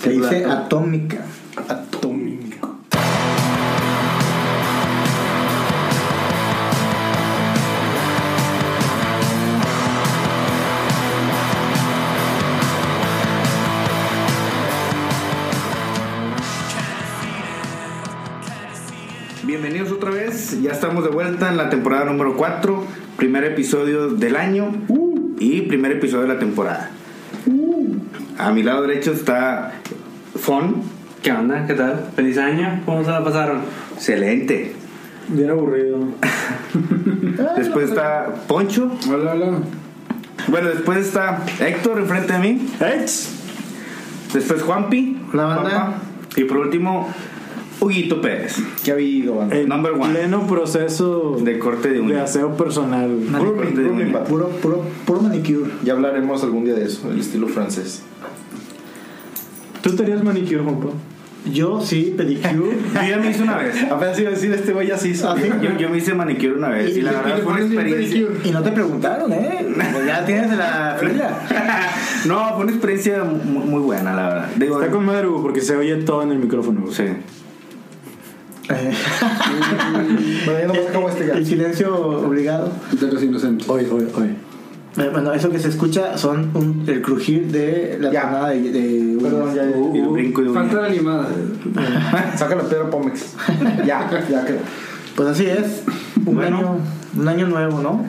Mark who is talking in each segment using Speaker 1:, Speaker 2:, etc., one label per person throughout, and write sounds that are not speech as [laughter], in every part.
Speaker 1: Se dice atómica.
Speaker 2: Atómico.
Speaker 3: Bienvenidos otra vez, ya estamos de vuelta en la temporada número 4, primer episodio del año
Speaker 1: Uh.
Speaker 3: y primer episodio de la temporada. A mi lado derecho está Fon,
Speaker 4: ¿Qué onda? ¿Qué tal? ¿Feliz año? ¿Cómo se la pasaron?
Speaker 3: excelente.
Speaker 2: Bien aburrido.
Speaker 3: [laughs] Después está Poncho,
Speaker 2: Hola, hola.
Speaker 3: bueno, después está Héctor enfrente de mí,
Speaker 2: ¡Ex!
Speaker 3: después Juanpi,
Speaker 1: Hola, banda.
Speaker 3: Juanpa, y por último Huguito Pérez,
Speaker 1: ¿Qué ha habido, banda?
Speaker 2: En
Speaker 3: eh, Number one.
Speaker 2: pleno proceso
Speaker 3: de corte de
Speaker 2: de
Speaker 3: uñas.
Speaker 2: aseo personal. güey.
Speaker 3: Puro
Speaker 1: Manicure,
Speaker 3: grooming,
Speaker 1: grooming,
Speaker 3: banda.
Speaker 1: puro, puro, puro manicure.
Speaker 5: Ya hablaremos algún día de eso, el estilo francés.
Speaker 2: ¿Tú tenías manicure, Juanpa?
Speaker 1: Yo sí, pedicure.
Speaker 3: Yo ya me hice una vez.
Speaker 5: Apenas iba a decir, este güey así
Speaker 1: Ah, sí.
Speaker 3: Yo, yo me hice manicure una vez y, la verdad fue una experiencia.
Speaker 1: Y no te preguntaron, ¿eh? Pues ya tienes la fila.
Speaker 3: No, fue una experiencia mu- muy, buena, la verdad. Digo,
Speaker 2: Está con madre, güey, porque se oye todo en el micrófono. güey.
Speaker 3: sí.
Speaker 1: Eh,
Speaker 5: Bueno, ya no más como este
Speaker 1: El
Speaker 5: gato.
Speaker 1: silencio obligado.
Speaker 6: De los inocentes.
Speaker 2: Hoy, hoy, hoy.
Speaker 1: Eh, Bueno, eso que se escucha son un- el crujir de la
Speaker 5: Ya.
Speaker 1: tonada de, de
Speaker 5: Perdón, ya, ya,
Speaker 3: Y un brinco de
Speaker 6: Falta
Speaker 3: uña.
Speaker 6: la animada.
Speaker 5: [laughs] ya. Saca la piedra Pomex. Ya, ya creo.
Speaker 1: Pues así es. Un,
Speaker 3: Bueno.
Speaker 1: año, un año nuevo, ¿no?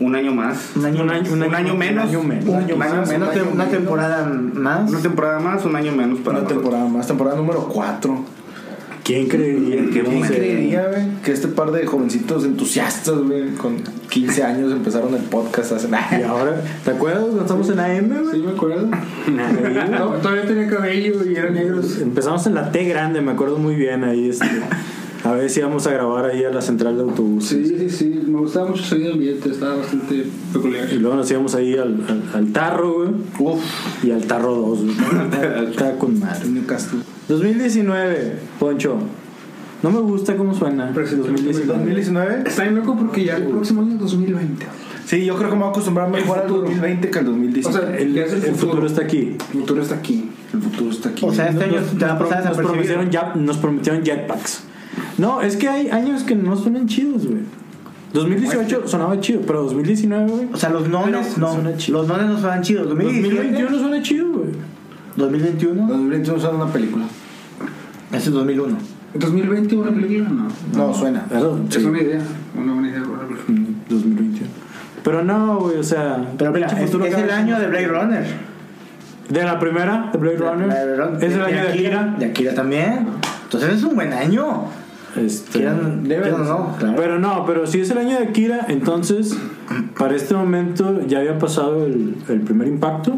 Speaker 3: Un año más.
Speaker 1: Un año,
Speaker 2: Un año, un
Speaker 3: Un año menos.
Speaker 2: Un año menos.
Speaker 1: un-
Speaker 5: un año
Speaker 1: un año
Speaker 5: más,
Speaker 1: menos,
Speaker 5: un año
Speaker 1: una
Speaker 5: menos.
Speaker 1: temporada más.
Speaker 3: Una temporada más, un año menos para
Speaker 5: Una
Speaker 3: nosotros.
Speaker 5: temporada más, temporada número 4.
Speaker 2: ¿Quién creería?
Speaker 3: ¿En qué
Speaker 2: No
Speaker 3: momento?
Speaker 2: sé.
Speaker 5: Creería, güey, que este par de jovencitos entusiastas, güey, con 15 años empezaron el podcast hace [laughs]
Speaker 2: Y ahora, ¿te acuerdas? Cuando estamos en AM,
Speaker 6: Sí,
Speaker 2: güey.
Speaker 6: me acuerdo. No, [laughs] todavía tenía cabello y eran negros.
Speaker 2: Empezamos en la T grande, me acuerdo muy bien ahí. Este, a ver si íbamos a grabar ahí a la central de autobús.
Speaker 6: Sí, sí, sí. Me gustaba mucho el sonido ambiente, estaba bastante peculiar.
Speaker 2: Y luego nos íbamos ahí al, al, al tarro, güey.
Speaker 5: Uf,
Speaker 2: Y al tarro 2, güey. Está con madre.
Speaker 5: Newcastle.
Speaker 2: 2019, Poncho. No me gusta cómo suena.
Speaker 6: Presento-
Speaker 2: 2019.
Speaker 5: 2019.
Speaker 6: Está bien loco porque ya el próximo año es 2020.
Speaker 5: Sí, yo creo que me voy a acostumbrar mejor al
Speaker 6: futuro.
Speaker 5: 2020 que al
Speaker 6: O
Speaker 5: 2019.
Speaker 6: sea,
Speaker 2: El,
Speaker 6: ya es el,
Speaker 2: el futuro está aquí.
Speaker 6: El futuro está aquí.
Speaker 5: el futuro está aquí.
Speaker 1: O sea, este año te va a
Speaker 2: Nos,
Speaker 1: pasar
Speaker 2: nos prometieron
Speaker 1: desapercibido.
Speaker 2: ya- nos prometieron jetpacks. No, es que hay años que no suenan chidos, güey. 2018 sonaba chido, pero 2019, güey.
Speaker 1: O sea, los nones
Speaker 2: Pero
Speaker 1: no.
Speaker 2: suena chido.
Speaker 1: Los nones no suenan chidos. 2021.
Speaker 2: 2021 suena chido, güey.
Speaker 1: 2021.
Speaker 5: 2021 suena una película.
Speaker 1: Ese es 2001.
Speaker 6: 2020 una película, no.
Speaker 5: No, suena.
Speaker 2: Perdón,
Speaker 6: Es
Speaker 2: sí, Mm,
Speaker 6: una idea, una buena idea. una película.
Speaker 2: 2021. Pero no, güey, o sea.
Speaker 1: Pero mira,
Speaker 2: pinche
Speaker 1: es,
Speaker 2: futuro
Speaker 1: es
Speaker 2: cada
Speaker 1: el
Speaker 2: vez-
Speaker 1: año de Blade Runner.
Speaker 2: De la primera, de Blade Runner.
Speaker 1: La de Blade Runner.
Speaker 2: Es el año de Akira.
Speaker 1: De Akira también. Entonces es un buen año.
Speaker 2: Este.
Speaker 1: Quieran,
Speaker 5: Debe
Speaker 1: quieran o
Speaker 5: de
Speaker 1: no, claro.
Speaker 2: Pero no, pero si es el año de Akira, entonces para este momento ya había pasado el, el primer impacto.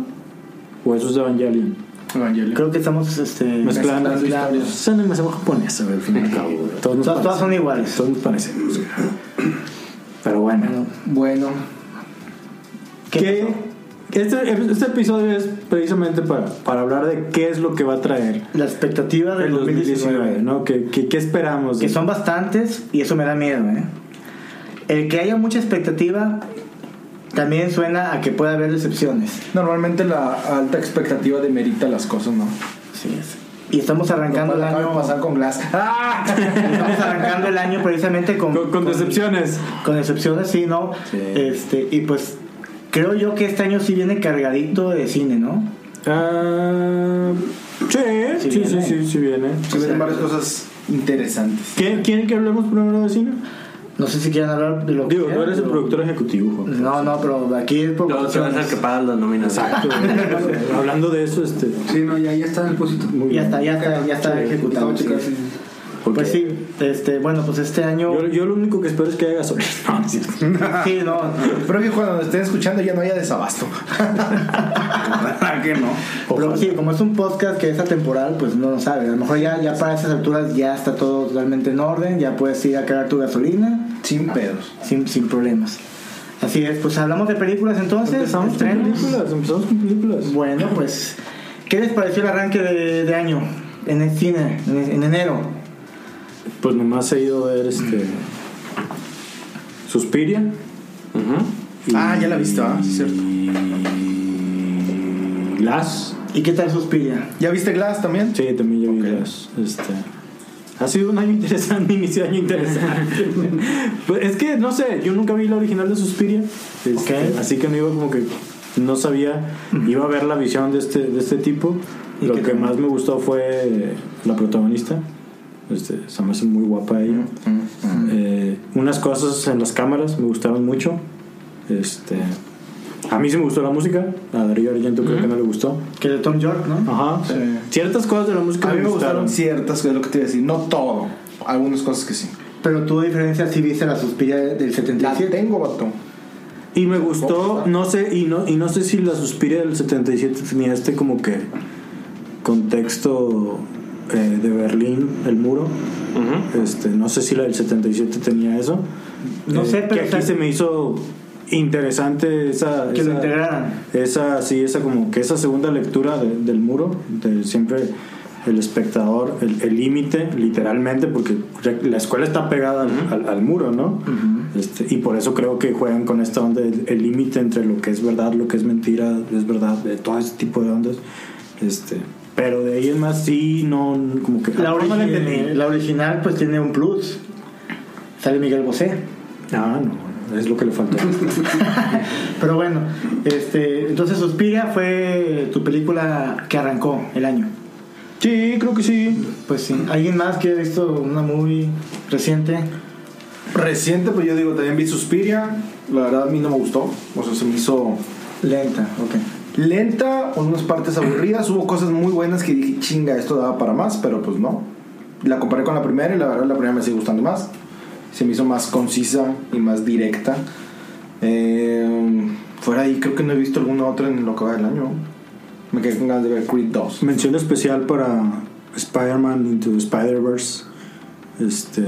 Speaker 2: O eso es de Evangelion.
Speaker 6: Evangelio.
Speaker 1: Creo que estamos este,
Speaker 2: Mezclando
Speaker 1: mezclando.
Speaker 2: historias. Es animación japonesa, güey, al fin y al cabo. güey. Todos nos
Speaker 1: Todas, todas son
Speaker 2: parecen.
Speaker 1: iguales.
Speaker 2: Todos nos parecemos. güey. Pero bueno.
Speaker 5: Bueno,
Speaker 1: ¿Qué
Speaker 2: ¿Qué-
Speaker 1: pasó?
Speaker 2: este, este episodio es precisamente para, para hablar de qué es lo que va a traer
Speaker 1: La expectativa del
Speaker 2: el
Speaker 1: 2019,
Speaker 2: 2019, ¿no? ¿Qué, qué, qué esperamos?
Speaker 1: que
Speaker 2: de-
Speaker 1: son bastantes y eso me da miedo. ¿eh? El que haya mucha expectativa también suena a que puede haber decepciones.
Speaker 5: normalmente la alta expectativa demerita las cosas, ¿no?
Speaker 1: Así es. Y estamos arrancando
Speaker 5: Lo
Speaker 1: el
Speaker 5: cual acaba
Speaker 1: año.
Speaker 5: de pasar con Glass.
Speaker 1: [laughs] Estamos arrancando el año precisamente con,
Speaker 2: con, con decepciones.
Speaker 1: Con excepciones, sí, ¿no?
Speaker 5: Sí.
Speaker 1: Este, y pues creo yo que este año sí viene cargadito de cine, ¿no?
Speaker 2: Ah, sí, sí,
Speaker 1: Sí
Speaker 2: sí,
Speaker 1: viene.
Speaker 2: sí, sí, viene.
Speaker 5: [laughs] Se vienen varias cosas interesantes.
Speaker 2: ¿Quién, quieren que hablemos primero de cine?
Speaker 1: No sé si quieren hablar de lo que.
Speaker 2: Digo, tú
Speaker 1: quieran,
Speaker 2: eres el
Speaker 1: pero-
Speaker 2: productor ejecutivo, Juan.
Speaker 1: No, no, pero aquí es por.
Speaker 4: Tú vas el que pagas las nóminas.
Speaker 1: [laughs]
Speaker 2: Exacto. güey. O sea, Hablando de eso, este.
Speaker 6: Sí, no, ya, ya está en el pósito.
Speaker 2: muy
Speaker 1: Ya
Speaker 2: bien.
Speaker 1: está, ya está, ya está ejecutado.
Speaker 6: Estaba
Speaker 1: sí.
Speaker 6: checando, sí.
Speaker 2: Porque
Speaker 1: Pues sí, este, bueno, pues este año.
Speaker 2: Yo, yo lo único que espero es que haya gasolina. No,
Speaker 1: [laughs]
Speaker 2: no es cierto.
Speaker 1: Sí, no.
Speaker 5: Espero que cuando nos estén escuchando ya no haya desabasto. [laughs]
Speaker 3: ¿Verdad [laughs] que no?
Speaker 1: Pero sí, como es un podcast que es atemporal, pues no lo sabe. A lo mejor ya, ya para esas alturas ya está todo totalmente en orden, ya puedes ir a cargar tu gasolina
Speaker 5: Sin pedos.
Speaker 1: sin, sin problemas. Así es, pues hablamos de películas entonces.
Speaker 2: Empezamos con
Speaker 1: estrenos.
Speaker 2: películas, empezamos con películas.
Speaker 1: Bueno, pues, ¿qué les pareció el arranque de, de año en el cine, en, en enero?
Speaker 2: Pues nomás he ido a ver este. Suspiria.
Speaker 5: Ah, ya la he visto, ¿ah? Sí,
Speaker 2: cierto. Glass.
Speaker 1: ¿Y qué tal Suspiria?
Speaker 5: ¿Ya viste Glass también?
Speaker 2: Sí, también yo vi las, Este, ha sido un año [laughs] interesante, inicio de año interesante. Pues es que, no sé, yo nunca vi la original de Suspiria. este,
Speaker 1: Ok.
Speaker 2: Así que no iba como que. No sabía, iba a ver la visión de este, de este tipo. Lo que más me gustó fue la protagonista. Este, se me hace muy guapa ella. Eh, unas cosas en las cámaras me gustaron mucho. Este, a mí sí me gustó la música. A Darío Argento creo que no le gustó.
Speaker 1: Que de Tom York, ¿no?
Speaker 2: Ajá. Ciertas cosas de la música
Speaker 5: A mí
Speaker 2: me,
Speaker 5: me
Speaker 2: gustaron.
Speaker 5: gustaron ciertas, es lo que te iba a decir. No todo. Algunas cosas que sí.
Speaker 1: Pero tú, a diferencia, si viste la Suspiria del
Speaker 5: La
Speaker 1: 77.
Speaker 5: tengo, vato.
Speaker 2: Y me gustó, no sé, y no, y no sé si la suspira del 77 tenía este como que contexto eh, de Berlín, el muro. Este, no sé si la del 77 tenía eso. Eh,
Speaker 1: No sé, pero
Speaker 2: que
Speaker 1: o sea-
Speaker 2: aquí se me hizo interesante esa
Speaker 1: Que lo
Speaker 2: esa-
Speaker 1: integraran.
Speaker 2: esa sí esa como que esa segunda lectura de- del muro de siempre el espectador el el límite literalmente porque re- la escuela está pegada al, al- al muro no Este, y por eso creo que juegan con esta onda del- el límite entre lo que es verdad lo que es mentira es verdad de todo ese tipo de ondas este pero de ahí es más sí no como que
Speaker 1: La,
Speaker 2: Ah, no la
Speaker 1: origi-
Speaker 2: entendí.
Speaker 1: la original, pues tiene un plus. Sale Miguel Bosé.
Speaker 2: ah no es lo que le faltó
Speaker 1: Pero bueno, este, entonces Suspiria fue tu película que arrancó el año.
Speaker 2: sí creo que sí
Speaker 1: Pues sí. ¿Alguien más que ha visto una movie reciente?
Speaker 5: Reciente, pues yo digo, también vi Suspiria. La verdad a mí no me gustó. O sea, se me hizo
Speaker 1: Lenta, ok.
Speaker 5: lenta, con unas partes aburridas. Hubo cosas muy buenas que dije, chinga, esto daba para más, pero pues no. La comparé con la primera y la verdad la primera me sigue gustando más. Se me hizo más concisa y más directa. Eh, fuera ahí, creo que no he visto alguna otra en lo que va del año. Me quedé con ganas de ver Creed 2.
Speaker 2: Mención especial para Spider-Man Into the Spider-Verse. Este.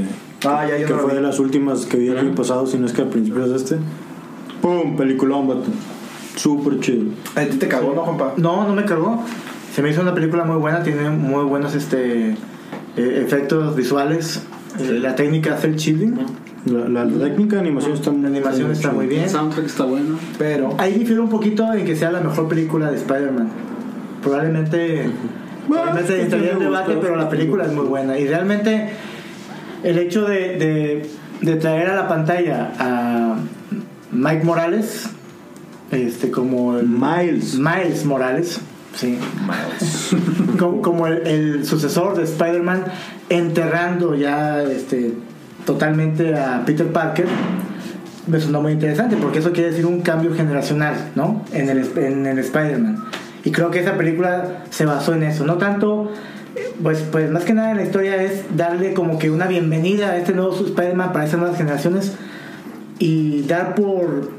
Speaker 5: Ah, ya, ya
Speaker 2: que
Speaker 5: no la
Speaker 2: fue
Speaker 5: vi.
Speaker 2: de las últimas que vi el año pasado, si no es que al principio es este. ¡Pum! Peliculón, vato. Súper chido.
Speaker 5: A ti te cagó, ¿no, compa?
Speaker 1: No, no me cargó. Se me hizo una película muy buena, tiene muy buenos este, eh, efectos visuales. Eh, la técnica cel shading,
Speaker 2: La, la técnica de animación está muy
Speaker 1: la animación está muy bien.
Speaker 6: El soundtrack está bueno.
Speaker 5: Pero...
Speaker 1: Ahí difiero un poquito en que sea la mejor película de Spider-Man. Probablemente,
Speaker 2: es
Speaker 1: probablemente
Speaker 2: que
Speaker 1: estaría
Speaker 2: sí
Speaker 1: en
Speaker 2: me
Speaker 1: debate,
Speaker 2: gustó.
Speaker 1: pero la película es muy buena. Y realmente el hecho de, de- de traer a la pantalla a Mike Morales, este, como el
Speaker 2: Miles.
Speaker 1: Miles Morales. Sí. [laughs] como como el, el sucesor de Spider-Man, enterrando ya este, totalmente a Peter Parker. Me sonó muy interesante porque eso quiere decir un cambio generacional, ¿no? En el, en el Spider-Man. Y creo que esa película se basó en eso. No tanto, eh, pues, pues más que nada la historia es darle como que una bienvenida a este nuevo Spider-Man para estas nuevas generaciones y dar por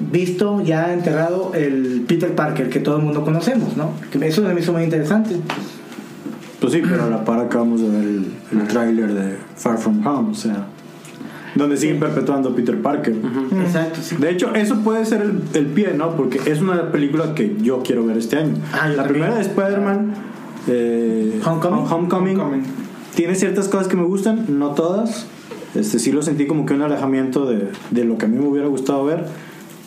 Speaker 1: visto ya enterrado el Peter Parker que todo el mundo conocemos, ¿no? Que eso me hizo muy interesante.
Speaker 2: Pues sí, pero a la par acabamos de ver el, el tráiler de Far From Home, o sea. Donde siguen perpetuando a Peter Parker.
Speaker 1: Exacto, sí.
Speaker 2: De hecho, eso puede ser el, el pie, ¿no? Porque es una película que yo quiero ver este año.
Speaker 1: Ah, yo
Speaker 2: la
Speaker 1: también.
Speaker 2: primera de Spider-Man, eh,
Speaker 1: Homecoming.
Speaker 2: Home- Homecoming,
Speaker 5: Homecoming.
Speaker 2: tiene ciertas cosas que me gustan, no todas. Este, sí lo sentí como que un alejamiento de, de lo que a mí me hubiera gustado ver.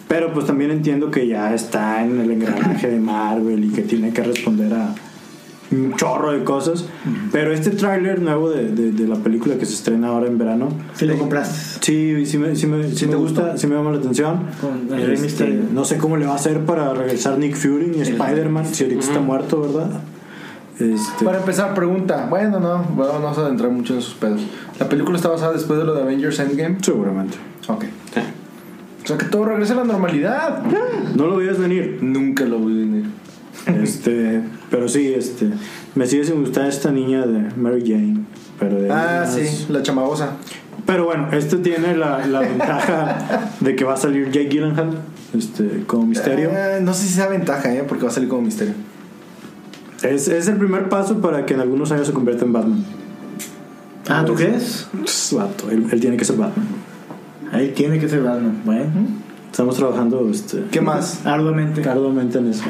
Speaker 2: Pero pues también entiendo que ya está en el engranaje de Marvel y que tiene que responder a un chorro de cosas. Pero este tráiler nuevo de, de- de la película que se estrena ahora en verano,
Speaker 1: Si lo compraste.
Speaker 2: Sí, sí me, sí me, sí me gusta, sí me llama la atención.
Speaker 1: Con el Rey
Speaker 2: Este,
Speaker 1: Misterio.
Speaker 2: no sé cómo le va a hacer para regresar Nick Fury y Spider-Man si ahorita está muerto, ¿verdad? Este,
Speaker 5: Para empezar, pregunta. Bueno, no, bueno, no vamos a adentrar mucho en sus pedos. La película está basada después de lo de Avengers Endgame.
Speaker 2: seguramente.
Speaker 5: Ok. O sea que todo regresa a la normalidad.
Speaker 2: No lo veías venir.
Speaker 5: Nunca lo vi venir.
Speaker 2: Este, pero sí, este, me sigue sin gustar esta niña de Mary Jane. Pero de ahí
Speaker 5: Ah,
Speaker 2: más-
Speaker 5: sí, la chamagosa.
Speaker 2: Pero bueno, este tiene la, la ventaja de que va a salir Jake Gyllenhaal este, como misterio.
Speaker 5: Eh, no sé si sea ventaja, ¿eh? Porque va a salir como misterio.
Speaker 2: Es, es el primer paso para que en algunos años se convierta en Batman.
Speaker 1: Ah, ¿tú crees?
Speaker 2: Pss, vato, él- él tiene que ser Batman.
Speaker 1: Ahí tiene que ser Batman. Bueno,
Speaker 2: Estamos trabajando este,
Speaker 5: ¿Qué más?
Speaker 1: arduamente.
Speaker 2: arduamente en eso.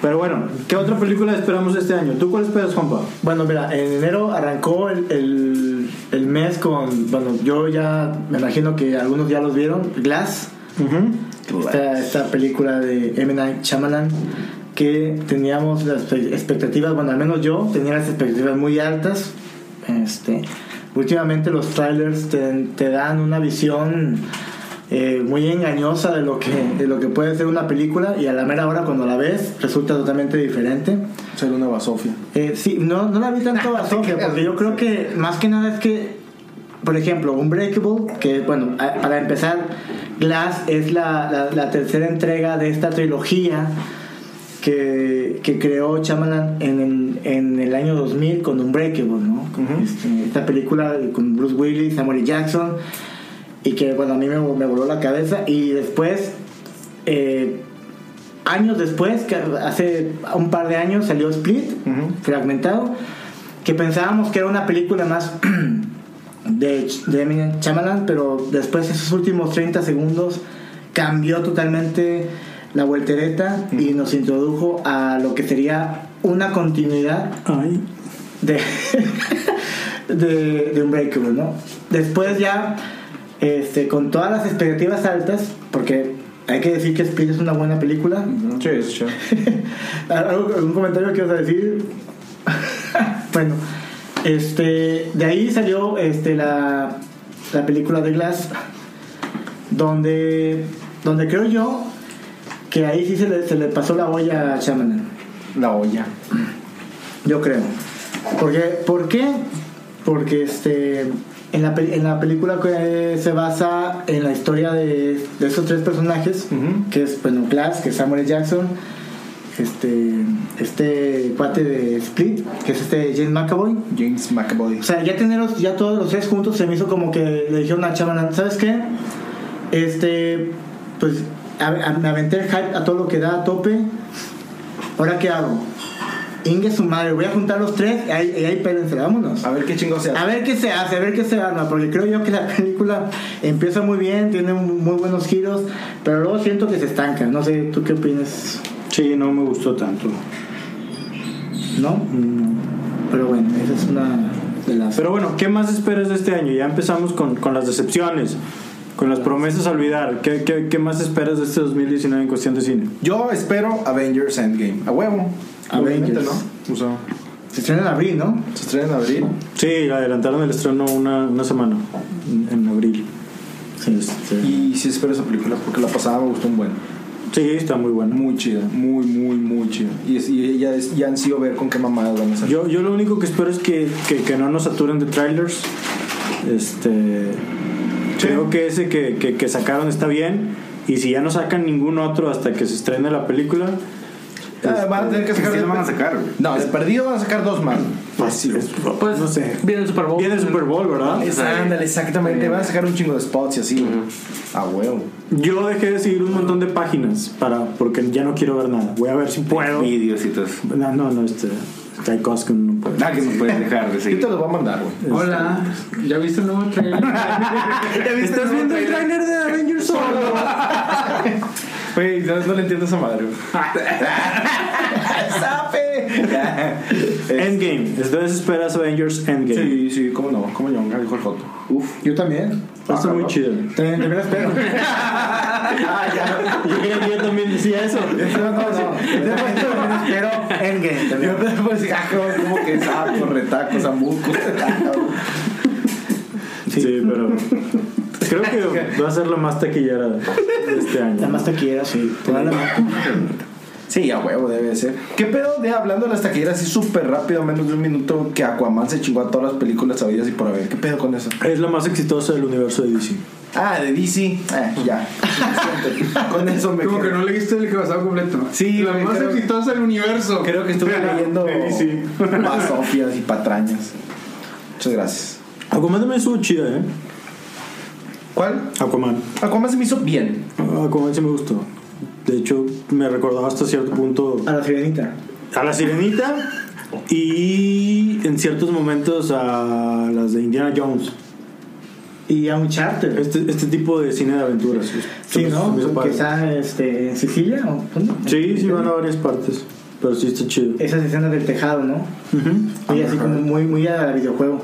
Speaker 2: Pero bueno, ¿qué otra película esperamos este año? ¿Tú cuál esperas, Juanpa?
Speaker 1: Bueno, mira, en enero arrancó el, el- el mes con. Bueno, yo ya me imagino que algunos ya los vieron. Glass, esta, esta película de M. Night Shyamalan. que teníamos las expe- expectativas, bueno, al menos yo tenía las expectativas muy altas. Este, últimamente los trailers te, te dan una visión eh, muy engañosa de lo, que, de lo que puede ser una película y a la mera hora cuando la ves resulta totalmente diferente.
Speaker 5: Ser una basofia.
Speaker 1: Eh, sí, no, no la vi tanto a Sofía, porque yo creo que más que nada es que, por ejemplo, Unbreakable, que bueno, a- para empezar, Glass es la, la- la tercera entrega de esta trilogía que, que creó Shyamalan en, el- en el año 2000 con Unbreakable, ¿no? Con este, esta película con Bruce Willis, Samuel L. Jackson, y que bueno, a mí me, me voló la cabeza, y después... eh, años después, que hace un par de años salió Split, fragmentado, que pensábamos que era una película más [clears throat] de, Ch- de Eminem Shyamalan, pero después de esos últimos 30 segundos cambió totalmente la voltereta y nos introdujo a lo que sería una continuidad
Speaker 2: Ay.
Speaker 1: de, de, de Unbreakable, ¿no? Después ya, este, con todas las expectativas altas, porque hay que decir que Split es una buena película,
Speaker 5: Sí, es chido.
Speaker 1: [laughs] ¿Algo- ¿Algún comentario que vas a decir? [laughs] bueno, este, de ahí salió este, la, la película de Glass, donde, donde creo yo que ahí sí se le, se le pasó la olla a Shyamalan.
Speaker 5: La olla.
Speaker 1: Yo creo. Porque, ¿Por qué? Porque este, en, la, peli- en la película que se basa en la historia de, de esos tres personajes, que es bueno, Glass, que es Samuel L. Jackson, este, este cuate de Split, que es este James McAvoy.
Speaker 5: James McAvoy.
Speaker 1: O sea, ya tenerlos, ya todos los tres juntos se me hizo como que le dijeron a Chamalan, ¿sabes qué? Este, pues a- a- me aventé el hype a todo lo que da a tope. ¿Ahora qué hago? Inge su madre, voy a juntar los tres y ahí, y ahí pélense, vámonos.
Speaker 5: A ver qué chingo se hace.
Speaker 1: A ver qué se hace, a ver qué se arma, porque creo yo que la [laughs] película empieza muy bien, tiene un- muy buenos giros, pero luego siento que se estanca. No sé, ¿tú qué opinas?
Speaker 2: Sí, no me gustó tanto.
Speaker 1: ¿No? Pero bueno, esa es una de las...
Speaker 2: Pero bueno, ¿qué más esperas de este año? Ya empezamos con, con las decepciones, con las promesas a olvidar. ¿Qué, qué, qué más esperas de este 2019 en cuestión de cine?
Speaker 5: Yo espero Avengers Endgame. A huevo. Obviamente,
Speaker 1: Avengers.
Speaker 5: ¿no? O sea,
Speaker 1: Se estrena en abril, ¿no?
Speaker 5: se estrena en abril.
Speaker 2: Sí, adelantaron el estreno una, una semana, en, en abril. Este,
Speaker 5: Y sí espero esa película porque la pasada me gustó un buen.
Speaker 2: sí, está muy bueno.
Speaker 5: Muy chida. Muy, muy, muy chida. Y, es- y ya, es- ya han sido ver con qué mamadas van a hacer.
Speaker 2: Yo, yo lo único que espero es que, que, que no nos saturen de trailers. Este, Creo que ese que, que, que sacaron está bien. Y si ya no sacan ningún otro hasta que se estrene la película,
Speaker 5: Ah, van a tener que
Speaker 3: Que
Speaker 5: sacar.
Speaker 3: sí lo van a sacar, güey.
Speaker 5: No, de perdido van a sacar dos más. Fácil.
Speaker 2: es- pues, no sé.
Speaker 4: Viene el Super Bowl.
Speaker 2: Viene el Super Bowl, ¿verdad?
Speaker 5: Es- Ándale, exactamente. Van a sacar un chingo de spots y así. güey. A huevo.
Speaker 2: Yo dejé de seguir un montón de páginas para porque ya no quiero ver nada. Voy a ver si puedo.
Speaker 3: Vídeos y todo eso.
Speaker 2: No, no, no, este. Tchaikovsky no puede.
Speaker 3: Nada que nos pueden dejar de
Speaker 5: Yo te
Speaker 3: seguir.
Speaker 5: los voy a mandar, güey.
Speaker 6: Hola, ¿ya viste el nuevo trailer?
Speaker 1: Ah,
Speaker 2: ¿Estás viendo el trailer de Avengers solo?
Speaker 5: [laughs] Güey, no, no le entiendo a esa madre,
Speaker 2: [laughs]
Speaker 5: güey. ¡Sape!
Speaker 2: Endgame. Entonces esperas Avengers Endgame.
Speaker 5: sí, sí, cómo no, cómo ñonga, dijo el Joto. Ah, Uf,
Speaker 1: Yo también.
Speaker 2: Está muy chido. Ah, [laughs]
Speaker 1: También, también espero.
Speaker 2: Yo creía que [laughs] yo también decía eso.
Speaker 5: no, no, no.
Speaker 1: Pero Endgame
Speaker 5: Yo
Speaker 1: también.
Speaker 5: después dije, ah, cabrón, como que sapo, retaco, zambuco.
Speaker 2: Sí, pero. Creo que va a ser la más taquillera de este
Speaker 1: Nada
Speaker 2: año.
Speaker 1: más te quiero, sí. Probablemente.
Speaker 5: Sí, a huevo debe de ser. ¿Qué pedo de hablando de las taquilleras así súper rápido, menos de un minuto, que Aquaman se chingó a todas las películas sabidas y por haber? ¿Qué pedo con eso?
Speaker 2: Es la más exitosa del universo de DC.
Speaker 5: Ah, de DC. Eh, ya. Suficiente. con eso me
Speaker 6: Como que
Speaker 5: quedo.
Speaker 6: no leíste el pasado completo.
Speaker 5: Sí,
Speaker 6: la
Speaker 5: güey,
Speaker 6: más
Speaker 5: creo-
Speaker 6: exitosa del universo.
Speaker 5: Creo que estuve leyendo
Speaker 2: de DC.
Speaker 5: pasofias y patrañas. Muchas gracias.
Speaker 2: Aquaman también estuvo chida, ¿eh?
Speaker 5: ¿Cuál?
Speaker 2: Aquaman.
Speaker 5: Aquaman se me hizo bien.
Speaker 2: Aquaman sí me gustó. De hecho, me recordaba hasta cierto punto
Speaker 1: A la sirenita.
Speaker 2: a la sirenita y en ciertos momentos a las de Indiana Jones.
Speaker 1: Y a un charter.
Speaker 2: Este, este tipo de cine de aventuras.
Speaker 1: Sí,
Speaker 2: Se me- se me hizo
Speaker 1: ¿no?
Speaker 2: padre.
Speaker 1: Que está este, en Sicilia. ¿o dónde?
Speaker 2: Sí, sí, van a varias partes. Pero sí está chido.
Speaker 1: Esas escenas del tejado, ¿no? Y así como muy, muy a videojuego.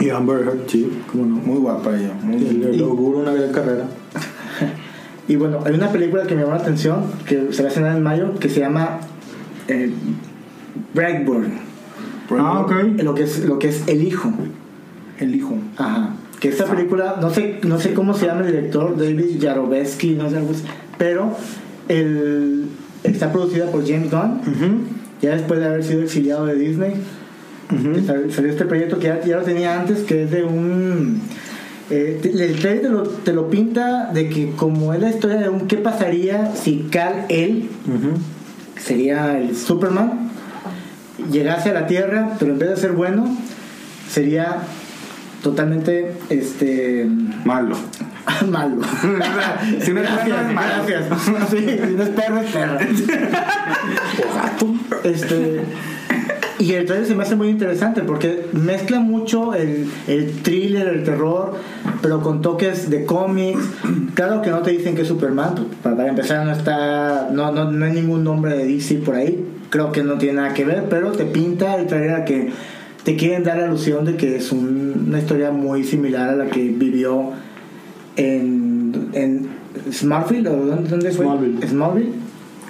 Speaker 2: Y Amber Heard, sí, cómo no.
Speaker 5: Muy guapa ella. Muy
Speaker 2: Le le auguro una gran carrera.
Speaker 1: Y bueno, hay una película que me llamó la atención, que se va a estrenar en mayo, que se llama eh, Brightburn,
Speaker 6: Ah, ok.
Speaker 1: Eh, lo que es, lo que es El Hijo.
Speaker 5: El hijo.
Speaker 1: Ajá. Que esta película, no sé, no sé cómo se llama el director, David Yarobeski, no sé algo así, pero el, está producida por James Gunn, ya después de haber sido exiliado de Disney. que sal- Salió este proyecto que ya, ya lo tenía antes, que es de un... eh, te- el trailer te lo, te lo pinta de que como es la historia de un qué pasaría si Cal él, que sería el Superman, llegase a la Tierra, pero en vez de ser bueno, sería totalmente este [laughs]
Speaker 3: Malo.
Speaker 1: malo.
Speaker 3: Si
Speaker 1: [laughs]
Speaker 3: no es
Speaker 1: Gracias,
Speaker 3: bueno, es malo.
Speaker 1: gracias. Sí, si no es perro,
Speaker 3: [laughs]
Speaker 1: es perro. Este, y el trailer se me hace muy interesante porque mezcla mucho el, el thriller, el terror, pero con toques de cómics. Claro que no te dicen que es Superman, pues, para para empezar no está, no, no, no hay ningún nombre de DC por ahí. Creo que no tiene nada que ver, pero te pinta el trailer a que te quieren dar la alusión de que es un- una historia muy similar a la que vivió en, en Smartfield, ¿o dónde, dónde fue?
Speaker 2: Smallville.
Speaker 1: Smallville.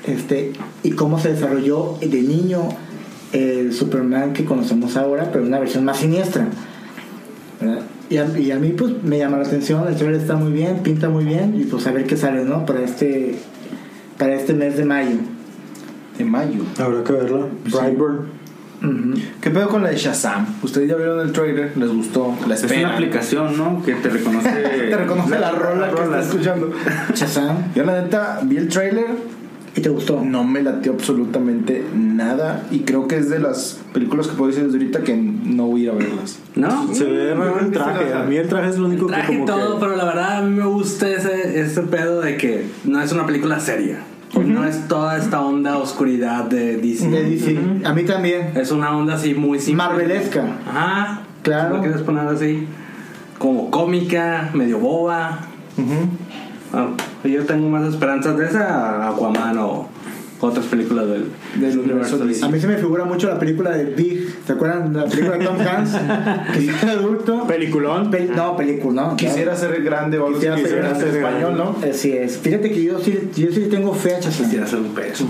Speaker 1: Este, y cómo se desarrolló de niño el Superman que conocemos ahora, pero una versión más siniestra. ¿verdad? Y a, y a mí pues me llama la atención, el trailer está muy bien, pinta muy bien, y pues a ver qué sale, ¿no? Para este, para este mes de mayo.
Speaker 5: De mayo.
Speaker 2: Habrá que verla. Brightburn.
Speaker 1: Ujú.
Speaker 5: ¿Qué pedo con la de Shazam? Ustedes ya vieron el trailer, les gustó, la
Speaker 3: Es una
Speaker 5: esperan.
Speaker 3: aplicación, ¿no? Que te reconoce.
Speaker 5: [laughs] Te reconoce la rola que estás escuchando.
Speaker 1: Shazam,
Speaker 5: Yo la neta vi el trailer,
Speaker 1: ¿y te gustó?
Speaker 5: no me latió absolutamente nada y creo que es de las películas que puedo decir desde ahorita que no voy a ir a verlas.
Speaker 4: ¿No?
Speaker 2: Se ve
Speaker 4: Mm,
Speaker 2: raro el
Speaker 4: se
Speaker 2: traje.
Speaker 4: lo-
Speaker 2: A mí el traje es lo único que
Speaker 4: Traje y
Speaker 2: como
Speaker 4: todo,
Speaker 2: que...
Speaker 4: pero la verdad a mí me gusta ese, ese pedo de que no es una película seria. No es toda esta onda oscuridad de Disney.
Speaker 1: De DC. A mí también.
Speaker 4: Es una onda así muy simple.
Speaker 1: Marvelesca.
Speaker 4: Ajá.
Speaker 1: Claro.
Speaker 4: Si lo quieres poner así. Como cómica, medio boba. Ah, yo tengo más esperanzas de esa Aquaman o otras películas del,
Speaker 5: Del universo DC.
Speaker 1: A mí se me figura mucho la película de Big. ¿Te acuerdan de la película de Tom Hanks? que es adulto.
Speaker 2: Peliculón.
Speaker 1: Pel- no, película, no.
Speaker 5: Quisiera ser grande o algo así,
Speaker 1: Quisiera ser
Speaker 5: quisiera
Speaker 1: grande.
Speaker 5: ser español, ¿no?
Speaker 1: claro. Así es. Fíjate que yo sí, yo sí le tengo fe a Shazam.
Speaker 3: Quisiera hacer un peso.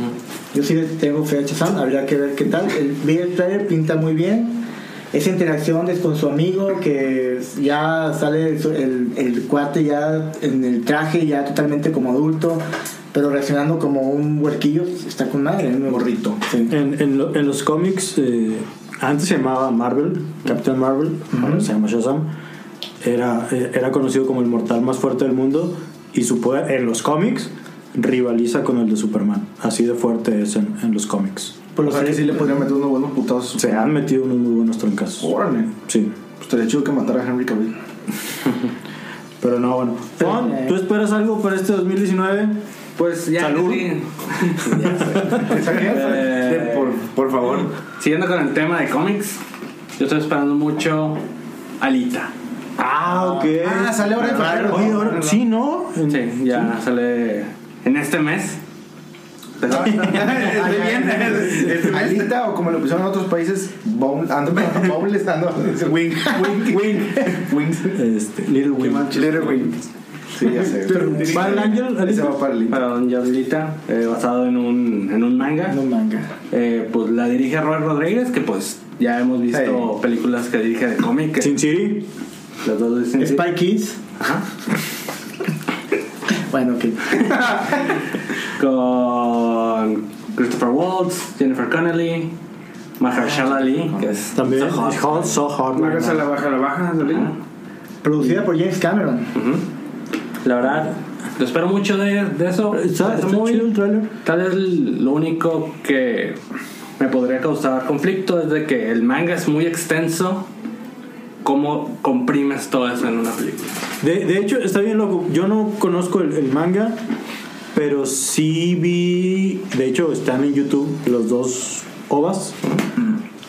Speaker 1: Yo sí le tengo fe a Shazam. Habría que ver qué tal. El, vi el trailer, pinta muy bien. Esa interacción de, con su amigo que es- ya sale el, el, el cuate ya en el traje, ya totalmente como adulto, pero reaccionando como un huerquillo. Está con madre. ¿no?
Speaker 5: Morrito.
Speaker 1: Sí.
Speaker 2: En, en lo- en los cómics, eh, antes se llamaba Marvel, Captain Marvel, ahora se llama Shazam. Era, eh, era conocido como el mortal más fuerte del mundo y su poder en los cómics rivaliza con el de Superman. Así de fuerte es en, en los cómics.
Speaker 1: Por lo
Speaker 5: O sea que
Speaker 1: que-
Speaker 5: sí le podría meter unos buenos putados.
Speaker 2: Se han metido unos muy buenos troncazos.
Speaker 5: Órale.
Speaker 2: Sí.
Speaker 5: Pues estaría chido que matara a Henry Cavill.
Speaker 2: Pero no, bueno. Juan,
Speaker 4: eh,
Speaker 2: ¿tú esperas algo para este 2019?
Speaker 4: Pues ya.
Speaker 2: Salud.
Speaker 4: sí. [laughs] Ya sé.
Speaker 3: Eh, por, por [laughs] favor.
Speaker 4: Siguiendo con el tema de cómics, yo estoy esperando mucho Alita.
Speaker 2: Ah, ok.
Speaker 5: Ah, sale ahora en febrero.
Speaker 2: Oye, ahora, sí, ¿no?
Speaker 4: Sí, ya sale en este mes. Pero-
Speaker 3: Estoy bien. Es- es-
Speaker 5: Alita o como lo pusieron en otros países, Bowl, ando,
Speaker 3: [laughs]
Speaker 5: bowl estando.
Speaker 3: Wing, wing, wing. Wings.
Speaker 2: Este, Little Women.
Speaker 3: Little wing.
Speaker 5: Sí, ya sé.
Speaker 2: ¿Va el ángel?
Speaker 5: Ese
Speaker 2: Alita?
Speaker 5: va para Alita.
Speaker 4: Para Don Alita, eh, basado en un, en un manga.
Speaker 1: No manga.
Speaker 4: Eh, pues la dirige Robert Rodríguez, que pues ya hemos visto películas que dirige de cómic. que
Speaker 2: Sin City.
Speaker 4: Las dos dicen.
Speaker 1: Spy Kids.
Speaker 4: Ajá.
Speaker 1: Bueno, ok.
Speaker 4: [laughs] Con Christopher Waltz, Jennifer Connelly, Mahershala Ali, que es
Speaker 2: También.
Speaker 4: so hot.
Speaker 2: It's hot, so hot.
Speaker 3: Una casa la baja, la baja, la
Speaker 4: Ajá.
Speaker 3: baja.
Speaker 1: Producida por James Cameron.
Speaker 4: Ujú. La verdad, lo espero mucho de, de eso.
Speaker 2: ¿Está,
Speaker 4: de ese
Speaker 2: está
Speaker 4: movie.
Speaker 2: chido el trailer?
Speaker 4: Tal vez lo único que me podría causar conflicto es de que el manga es muy extenso. ¿Cómo comprimes todo eso en una película?
Speaker 2: De, de hecho, está bien loco. Yo no conozco el, el manga, pero sí vi. De hecho, están en YouTube los dos ovas.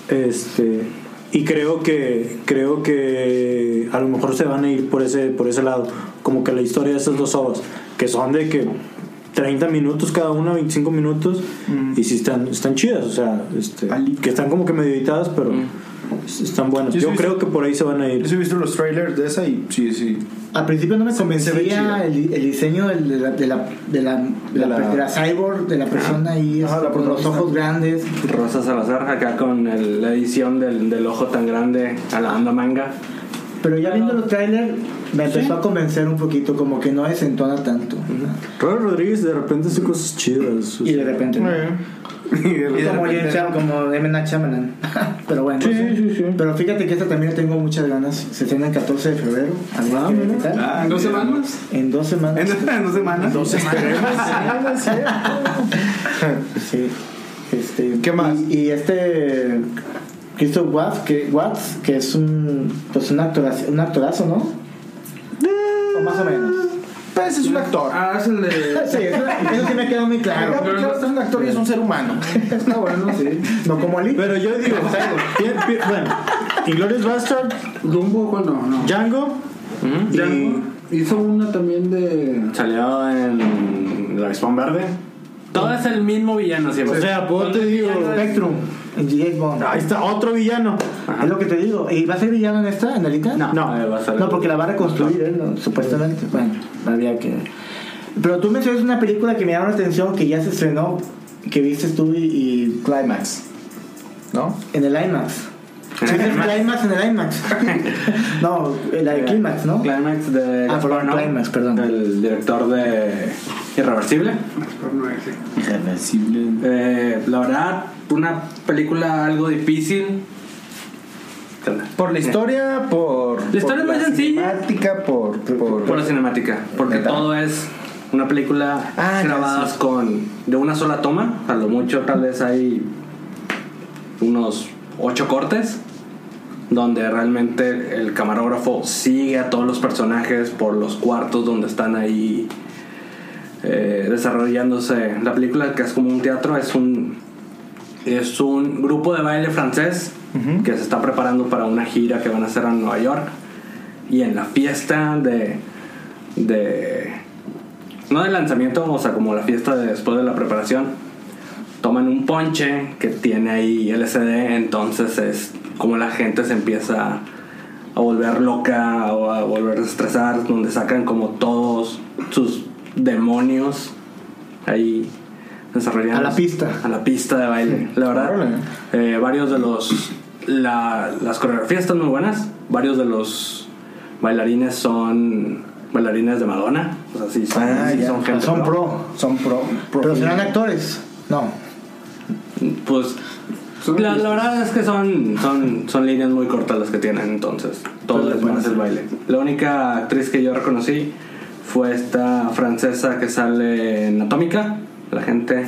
Speaker 2: Este. Y creo que creo que a lo mejor se van a ir por ese por ese lado, como que la historia de esas dos ovas, que son de que 30 minutos cada una, 25 minutos,
Speaker 5: Mm.
Speaker 2: y sí están, están chidas, o sea, este, que están como que medio editadas, pero es- están buenas.
Speaker 5: Mm. Yo sí
Speaker 2: Yo,
Speaker 5: he visto-
Speaker 2: creo que por ahí se van a
Speaker 5: Yo
Speaker 2: ir.
Speaker 5: sí he visto los trailers de esa y sí, sí.
Speaker 1: Al principio no me
Speaker 5: se ve
Speaker 1: convencía
Speaker 5: chida.
Speaker 1: el, el diseño del- de la, de la, de la, de la-
Speaker 5: De la-
Speaker 1: de la cyborg, de la persona ahí este,
Speaker 5: Ajá, la
Speaker 1: con los
Speaker 5: protagonista.
Speaker 1: ojos grandes.
Speaker 4: Rosa Salazar, acá con el- la edición del, del ojo tan grande a la banda manga.
Speaker 1: Pero ya viendo los trailers me empezó a convencer un poquito, como que no desentona tanto.
Speaker 2: Robert Rodríguez de repente hace cosas chidas. o
Speaker 1: Y de
Speaker 2: sea,
Speaker 1: repente. no.
Speaker 3: Y de
Speaker 1: Y como
Speaker 3: repente-
Speaker 1: James Chan- como M. Night Shyamalan. [laughs] Pero bueno. Pero fíjate que esta también le tengo muchas ganas. Se estrena el 14 de febrero. A ver qué- qué tal.
Speaker 3: Ah,
Speaker 6: ¿En dos
Speaker 3: mira.
Speaker 6: semanas?
Speaker 1: En dos semanas.
Speaker 3: En, en dos semanas.
Speaker 5: Pues
Speaker 1: [laughs]
Speaker 5: [laughs]
Speaker 1: Sí. Este,
Speaker 5: ¿Qué más?
Speaker 1: Y, y este Christoph Watts, que, Watts, que es un pues un actorazo, un actorazo ¿no? O más o menos.
Speaker 5: Eh, Pues es un actor.
Speaker 6: Ah, es el de.
Speaker 1: [laughs] Sí, eso, eso sí me quedó muy
Speaker 5: Acá,
Speaker 1: claro.
Speaker 5: porque ahora es un actor y es un ser
Speaker 1: [laughs]
Speaker 5: humano.
Speaker 6: Está bueno, sí.
Speaker 1: No como Ali.
Speaker 2: Pero yo digo, bien, bien, bueno, Inglourious Bastard,
Speaker 6: Dumbo, bueno, no.
Speaker 2: Django,
Speaker 4: Mm.
Speaker 2: y-
Speaker 6: Django hizo una también de.
Speaker 4: Salió en La Avispón Verde. Todo es el mismo villano siempre.
Speaker 2: O sea, pues te digo,
Speaker 1: Spectrum. En James Bond.
Speaker 2: ahí está otro villano.
Speaker 1: Es lo que te digo. ¿Y va a ser villano en esta, en Alita?
Speaker 2: Ah,
Speaker 4: No, eh, va a salir.
Speaker 1: No, porque la va a reconstruir él, ¿no? supuestamente. Bueno, había que. Pero tú mencionas una película que me llamó la atención que ya se estrenó, que viste tú y, y
Speaker 5: Climax. ¿No?
Speaker 1: en el IMAX. ¿Sí es el Climax en el IMAX. no, la de Climax, ¿no?
Speaker 4: Climax de.
Speaker 1: Ah, perdón,
Speaker 4: Gaspar Noé,
Speaker 1: Climax, perdón.
Speaker 4: El director de Irreversible.
Speaker 5: Irreversible.
Speaker 4: Eh, la verdad, una película algo difícil.
Speaker 5: Por la historia, por.
Speaker 4: La historia
Speaker 5: por
Speaker 4: es muy sencilla.
Speaker 5: cinemática, por. por,
Speaker 4: Por la cinemática, porque
Speaker 5: Neta.
Speaker 4: todo es una película
Speaker 5: Ah, ya,
Speaker 4: grabadas con de una sola toma, a lo mucho tal vez hay unos ocho cortes donde realmente el camarógrafo sigue a todos los personajes por los cuartos donde están ahí eh, desarrollándose la película que es como un teatro es un es un grupo de baile francés que se está preparando para una gira que van a hacer a Nueva York y en la fiesta de de no de lanzamiento o sea como la fiesta de después de la preparación toman un ponche que tiene ahí LCD entonces es como la gente se empieza a volver loca o a volver a estresar donde sacan como todos sus demonios ahí desarrollando
Speaker 1: A la pista.
Speaker 4: a la pista de baile la verdad
Speaker 5: Órale.
Speaker 4: eh, varios de los la- las coreografías están muy buenas varios de los bailarines son bailarines de Madonna o sea sí son,
Speaker 5: Ah,
Speaker 4: sí
Speaker 5: ya.
Speaker 4: son gente
Speaker 1: Son
Speaker 4: pro.
Speaker 1: pro.
Speaker 5: Son pro. pro-
Speaker 1: Pero serán actores. No.
Speaker 4: Pues la, la verdad es que son, son, son líneas muy cortas las que tienen, entonces todo es más el baile. La única actriz que yo reconocí fue esta francesa que sale en Atómica, la gente.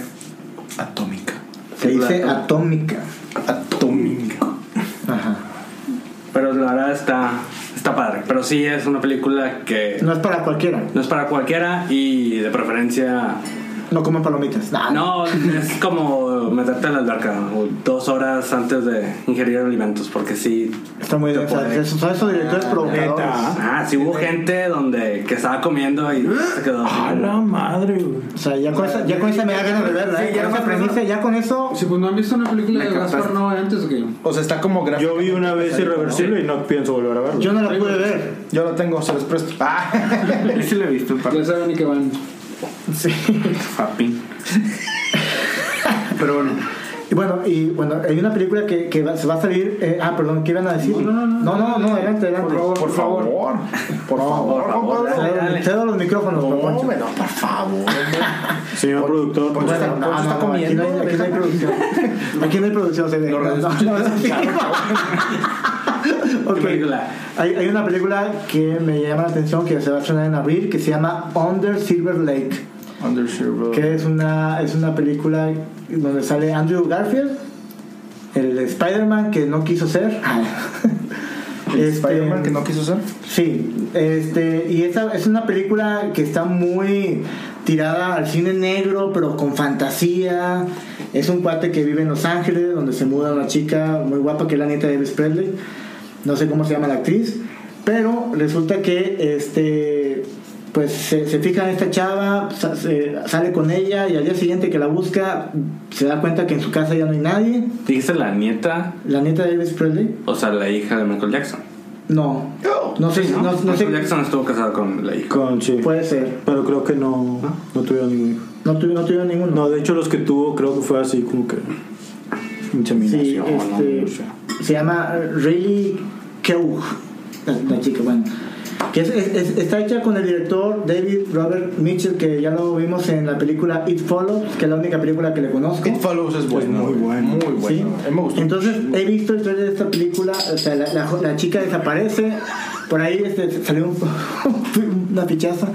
Speaker 5: Atómica.
Speaker 1: Se
Speaker 4: Sí,
Speaker 1: dice
Speaker 4: claro.
Speaker 1: atómica.
Speaker 5: Atómica.
Speaker 1: Ajá.
Speaker 4: Pero la verdad está, está padre. Pero sí es una película que
Speaker 1: No es para cualquiera.
Speaker 4: no es para cualquiera y de preferencia.
Speaker 1: No comen palomitas. Nah,
Speaker 4: No, es como meterte en la alberca o dos horas antes de ingerir alimentos, porque sí
Speaker 1: Está muy bien.
Speaker 4: Te pone-
Speaker 1: Son son esos directores provocadores.
Speaker 4: Ah, sí hubo gente donde que estaba comiendo y se quedó. así
Speaker 2: A
Speaker 4: como-
Speaker 2: la madre, güey.
Speaker 1: O sea, ya con, esa, ya con esa me da ganas de verla.
Speaker 3: Sí,
Speaker 1: ¿eh?
Speaker 3: ya
Speaker 1: con esa
Speaker 3: con eso-
Speaker 1: premisa, ya con eso.
Speaker 6: Si pues no han visto una película
Speaker 3: Me
Speaker 6: de Gaspar
Speaker 3: captaste.
Speaker 6: Noé antes o qué.
Speaker 5: O sea, está como gráfico.
Speaker 2: Yo vi una vez irreversible y no pienso volver a verlo.
Speaker 1: Yo no la pude ver.
Speaker 5: Yo la tengo, se los presto. Ah.
Speaker 3: Él sí lo he visto, papi.
Speaker 6: Ya saben ni qué van.
Speaker 3: Papi. [laughs] Pero bueno,
Speaker 1: Y bueno, y bueno, hay una película que, que va- se va a salir. eh, ah, perdón, ¿qué iban a decir? No, no, no. No, no, adelante, adelante.
Speaker 5: [laughs] Por favor. Por favor,
Speaker 4: Por favor,
Speaker 5: compadre.
Speaker 1: Cedo-
Speaker 4: "Oh, dale.
Speaker 1: Cedo los micrófonos, don
Speaker 5: No,
Speaker 1: Poncho.
Speaker 5: pero por favor.
Speaker 2: Señor productor,
Speaker 5: Poncho
Speaker 1: Bueno,
Speaker 5: está-
Speaker 1: no,
Speaker 5: Poncho
Speaker 1: Ah, no,
Speaker 5: está
Speaker 1: no, aquí
Speaker 5: comiendo.
Speaker 1: no hay, aquí [laughs] no hay producción. Aquí no hay producción, se ve. No, no, [laughs] no, sí. Ok.
Speaker 4: ¿Qué película?
Speaker 1: Hay, hay una película que me llama la atención que se va a estrenar en abril que se llama Under Silver Lake. que es una es una película donde sale Andrew Garfield el Spider-Man que no quiso ser
Speaker 5: El
Speaker 1: [laughs] Este,
Speaker 5: Ah. Spider-Man que no quiso ser.
Speaker 1: sí este y esta es una película que está muy tirada al cine negro pero con fantasía es un cuate que vive en Los Ángeles donde se muda una chica muy guapa que es la nieta de Elvis Presley no sé cómo se llama la actriz pero resulta que este pues se, se fija en esta chava, sa- se- sale con ella y al día siguiente que la busca se da cuenta que en su casa ya no hay nadie.
Speaker 4: Dijiste la nieta,
Speaker 1: La nieta de Elvis Presley.
Speaker 4: o sea, la hija de Michael Jackson.
Speaker 1: No. No sé, no, no sé.
Speaker 4: Michael Jackson estuvo casado con la hija.
Speaker 2: Con, sí.
Speaker 1: Puede ser.
Speaker 2: Pero creo que no, no tuvieron ningún hijo.
Speaker 1: No tuve, no tuvieron ninguno.
Speaker 2: No, de hecho los que tuvo creo que fue así como que inseminación.
Speaker 1: Sí, este,
Speaker 2: ¿no? O sea,
Speaker 1: se llama eh, Rayleigh Keough, la, la chica, bueno. Que es- es- es- está hecha con el director David Robert Mitchell, que ya lo vimos en la película It Follows, que es la única película que le conozco.
Speaker 5: It Follows es bueno.
Speaker 2: muy bueno.
Speaker 5: Muy bueno.
Speaker 1: Sí.
Speaker 5: A mí me gustó.
Speaker 1: Entonces he visto el trailer de esta película, o sea, la, la jo- la chica desaparece, por ahí este, salió un- [laughs] una fichaza.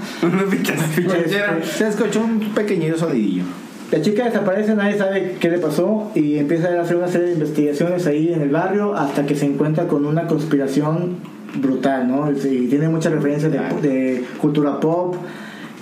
Speaker 1: Este,
Speaker 5: Se escuchó un pequeñito sonidillo.
Speaker 1: La chica desaparece, nadie sabe qué le pasó y empieza a hacer una serie de investigaciones ahí en el barrio hasta que se encuentra con una conspiración brutal, ¿no? Y tiene muchas referencias de, de cultura pop.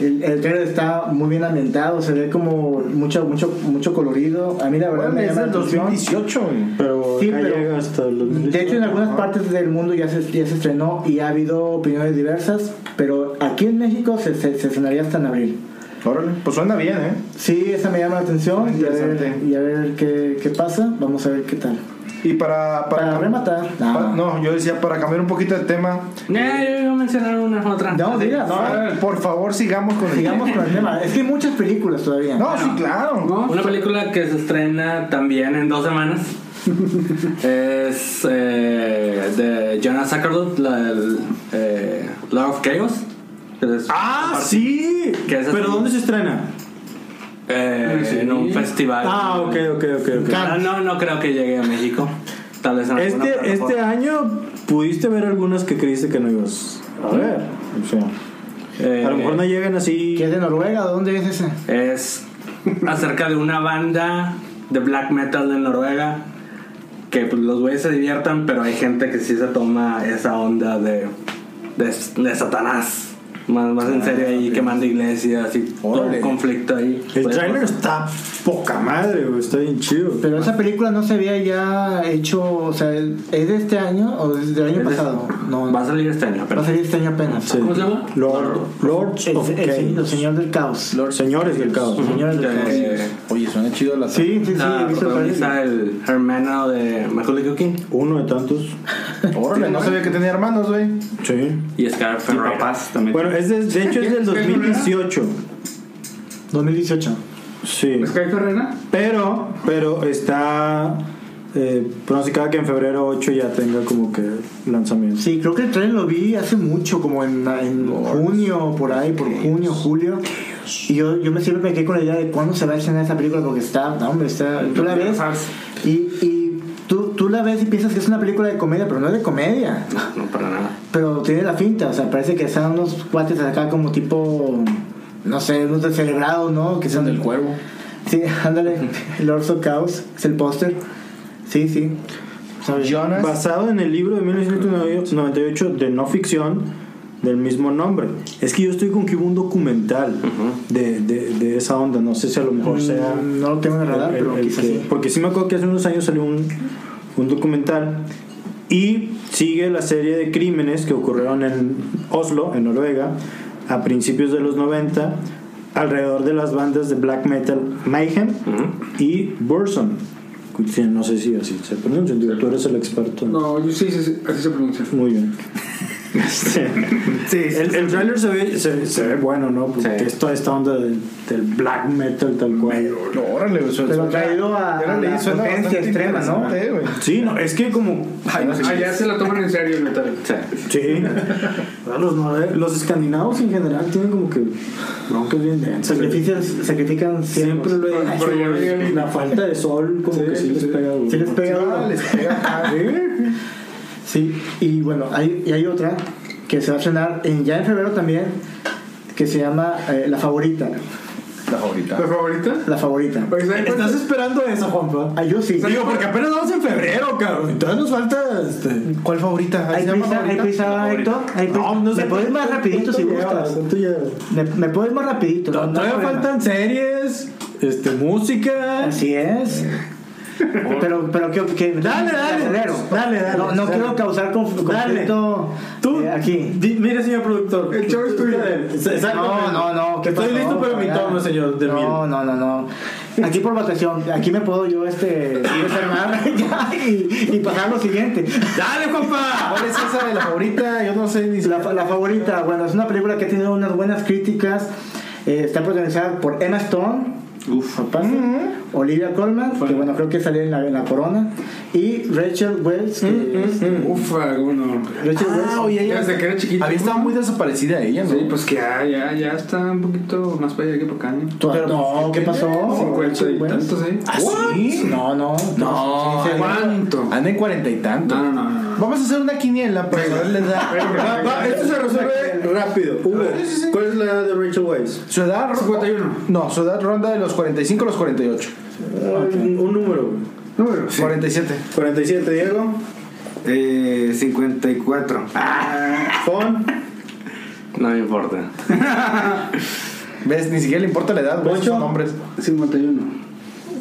Speaker 1: El, el trailer está muy bien ambientado, se ve como mucho, mucho, mucho colorido. A mí la verdad
Speaker 5: Bueno,
Speaker 1: me
Speaker 5: es
Speaker 1: llama la
Speaker 5: del
Speaker 1: atención.
Speaker 5: 2018.
Speaker 2: Pero
Speaker 1: Sí,
Speaker 2: acá
Speaker 1: pero-
Speaker 2: llega hasta los
Speaker 1: De hecho, en algunas partes del mundo ya se, ya se estrenó y ha habido opiniones diversas, pero aquí en México se, se, se estrenaría hasta en abril.
Speaker 5: Órale, pues suena bien, ¿eh?
Speaker 1: Sí, esa me llama la atención y a ver,
Speaker 5: Interesante.
Speaker 1: y a ver qué, qué pasa. Vamos a ver qué tal.
Speaker 5: Y para...
Speaker 1: Para,
Speaker 5: para-
Speaker 1: rematar.
Speaker 5: pa- no, yo decía, para cambiar un poquito de tema,
Speaker 4: Ya, yo iba a mencionar una otra.
Speaker 1: No, diga, no,
Speaker 5: Ah, Por favor, sigamos con el
Speaker 1: sigamos con el tema. Es que hay muchas películas todavía.
Speaker 5: No, sí, claro.
Speaker 4: Una película que se estrena también en dos semanas es eh, de Jonas Zuckerberg, la del eh, Lord of Chaos. que es-
Speaker 2: ¡Ah, sí!
Speaker 4: ¿Qué es así?
Speaker 2: ¿Pero dónde se estrena?
Speaker 4: eh, En un festival.
Speaker 2: Ah, ok, ok, ok. ok.
Speaker 4: No, no, no creo que llegue a México. Tal vez en alguna
Speaker 2: Este,
Speaker 4: plataforma.
Speaker 2: este año pudiste ver algunas que creíste que no ibas a ver. O sea,
Speaker 4: Eh,
Speaker 2: este, a lo mejor no llegan así.
Speaker 1: ¿Que es de Noruega? ¿Dónde es esa?
Speaker 4: es acerca de una banda de black metal de Noruega que pues, los güeyes se diviertan, pero hay gente que sí se toma esa onda de, de, de Satanás. Más, más en serio ahí, quemando iglesias y todo
Speaker 2: Ah, Órale.
Speaker 4: un conflicto ahí.
Speaker 2: El
Speaker 4: Pues,
Speaker 2: trailer está poca madre, güey, está bien chido.
Speaker 1: Pero esa película no se había ya hecho, o sea, ¿es de este año o es del
Speaker 4: es
Speaker 1: año
Speaker 4: de-
Speaker 1: pasado? No,
Speaker 4: Va a salir este año,
Speaker 1: va
Speaker 4: pero
Speaker 1: a salir este año apenas.
Speaker 2: Sí.
Speaker 4: ¿Cómo se llama?
Speaker 2: Lord, Lords
Speaker 1: El,
Speaker 2: of
Speaker 1: el- el
Speaker 2: Chaos.
Speaker 1: señor del caos.
Speaker 2: Señores del caos.
Speaker 1: Señor del caos.
Speaker 4: Eh,
Speaker 5: Oye, suena chido la [laughs]
Speaker 1: Sí, sí, sí, he
Speaker 4: la
Speaker 1: visto el trailer.
Speaker 4: protagoniza el hermano de Macaulay Culkin
Speaker 2: Uno de tantos.
Speaker 5: Órale, no sabía que tenía hermanos, güey.
Speaker 2: Sí.
Speaker 4: y Scar
Speaker 3: Y
Speaker 4: Ferreira.
Speaker 3: papás también.
Speaker 5: eh,
Speaker 2: Bueno, es de, de
Speaker 4: [laughs]
Speaker 2: hecho es del 2018.
Speaker 1: 2018.
Speaker 2: Sí.
Speaker 6: ¿Sky Ferreira?
Speaker 2: Pero, pero está eh, pronosticada que en febrero 8 ya tenga como que lanzamiento.
Speaker 1: Sí, creo que el tren lo vi hace mucho, como en, en junio, por ahí, por junio, julio. Y yo, yo me siempre me quedé con la idea de cuándo se va a estrenar esa película, porque está, no, hombre, está. Tú la ves y, y tú, tú la ves y piensas que es una película de comedia, pero no es de comedia.
Speaker 4: No, para nada.
Speaker 1: Pero tiene la finta, o sea, parece que están unos cuates acá como tipo, no sé, unos descerebrados, ¿no? Que son del cuervo. Sí, [laughs] ándale, el Orso Caos, es el póster. Sí, sí. ¿Sabes?
Speaker 5: Jonas.
Speaker 2: Basado en el libro de 1998 de no ficción del mismo nombre. Es que yo estoy con que hubo un documental de, de- de esa onda. No sé si a lo mejor sea.
Speaker 1: Mm, no lo tengo en el radar,
Speaker 2: el-
Speaker 1: pero
Speaker 2: el
Speaker 1: quizás
Speaker 2: que-
Speaker 1: sí.
Speaker 2: Porque sí me acuerdo que hace unos años salió un, un documental y sigue la serie de crímenes que ocurrieron en Oslo, en Noruega, a principios de los 90, alrededor de las bandas de black metal Mayhem y Burson. Sí, No sé si así se pronuncia, digo, tú eres el experto.
Speaker 6: No, yo sí, sí, sí, así se pronuncia.
Speaker 2: Muy bien. Este,
Speaker 3: sí, sí.
Speaker 2: el, el trailer se ve, se, se ve bueno, ¿no? Porque
Speaker 4: Sí.
Speaker 2: es toda esta onda del, del black metal tal cual.
Speaker 5: Órale, güey. suena-
Speaker 1: Pero traído a-
Speaker 5: Ya lo
Speaker 1: a
Speaker 5: leí,
Speaker 1: la
Speaker 5: suena
Speaker 1: potencia
Speaker 5: bastante
Speaker 1: extrema, ¿no?
Speaker 5: interesante, güey.
Speaker 2: Sí, no, es que como
Speaker 6: Allá Ah, se la toman en serio, neta.
Speaker 4: Sí.
Speaker 2: Sí. Los, nore- los escandinavos en general tienen como que broncas bien densas.
Speaker 1: Sacrificios, sacrifican
Speaker 2: Siempre
Speaker 1: siempre.
Speaker 2: lo he dicho,
Speaker 6: Pero ya
Speaker 2: güey,
Speaker 6: llegan-
Speaker 2: La falta de sol como que sí, les pega duro.
Speaker 1: Si les pega
Speaker 5: Ah,
Speaker 1: duro.
Speaker 5: les pega acá, güey.
Speaker 1: [laughs] Sí, y bueno, hay, y hay otra que se va a estrenar en, ya en febrero también, que se llama eh, La Favorita.
Speaker 5: La favorita.
Speaker 6: ¿La favorita?
Speaker 1: La Favorita.
Speaker 6: Pues, ¿saben cuál?
Speaker 2: esperando eso, Juanpa?
Speaker 1: Ah, yo sí.
Speaker 2: Digo, porque apenas vamos en febrero, cabrón. Entonces nos falta este.
Speaker 5: ¿Cuál favorita?
Speaker 1: ¿Hay prisa, hay prisa, Héctor? ¿Hay prisa? ¿Me puedes más rapidito si gustas? ¿Me, me puedes más rapidito? no, no hay
Speaker 2: Todavía
Speaker 1: problema.
Speaker 2: faltan series, este, música.
Speaker 1: Así es. Pero, pero que, que-
Speaker 2: Dale, dale.
Speaker 1: Guerrero.
Speaker 2: Dale, dale.
Speaker 1: No, no
Speaker 2: Dale.
Speaker 1: quiero causar conf-
Speaker 2: Dale.
Speaker 1: conflicto
Speaker 2: Tú,
Speaker 1: eh, aquí.
Speaker 2: di- mire, señor productor.
Speaker 5: El show es tuyo.
Speaker 2: Exacto.
Speaker 1: No, no, no. ¿qué
Speaker 2: Estoy
Speaker 1: pasó?
Speaker 2: listo para mi
Speaker 1: Ya.
Speaker 2: tono, señor. De miel.
Speaker 1: No, no, no, no. Aquí por votación, aquí me puedo yo este desarmar [laughs] ya, y, y pasar a lo siguiente.
Speaker 2: ¡Dale, compa!
Speaker 5: ¿Cuál es esa de la favorita? Yo no sé ni si
Speaker 1: La, la favorita, bueno, es una película que ha tenido unas buenas críticas. Eh, está protagonizada por Emma Stone,
Speaker 3: Uf.
Speaker 1: aparte, Olivia Colman, que bueno, creo que salió en la, en la corona, y Rachel Wells. que es-
Speaker 6: Ufa, bueno.
Speaker 1: Rachel Wells.
Speaker 6: Desde que era chiquito.
Speaker 5: Había estado muy desaparecida ella, ¿no?
Speaker 6: Sí, pues que ya, ya, ya está un poquito más para allá que para acá. ¿no?
Speaker 1: Tú- no, ¿qué pasó?
Speaker 6: 50
Speaker 1: Rachel
Speaker 6: y
Speaker 1: Wells.
Speaker 6: tantos, ¿eh?
Speaker 5: ¿Ah, sí?
Speaker 1: No, no.
Speaker 5: No,
Speaker 1: Sí, sí,
Speaker 6: ¿Cuánto?
Speaker 5: Anda en cuarenta y tanto.
Speaker 6: No, no, no, no.
Speaker 5: Vamos a hacer una quiniela pues. para saber la
Speaker 6: Venga.
Speaker 5: edad.
Speaker 2: Va, va, esto se resuelve rápido. Hugo, ¿cuál es la edad de Rachel Weisz?
Speaker 5: Su edad ro-
Speaker 6: 51.
Speaker 5: No, su edad ronda de los 45 a los 48.
Speaker 2: Eh, Un, un número. güey.
Speaker 6: Número.
Speaker 5: 47.
Speaker 2: 47, Diego.
Speaker 3: Eh, 54. Ah,
Speaker 2: Fon.
Speaker 4: No me importa.
Speaker 5: ¿Ves? Ni siquiera le importa la edad, güey.
Speaker 2: ¿Ocho?
Speaker 5: Son hombres.
Speaker 6: 51.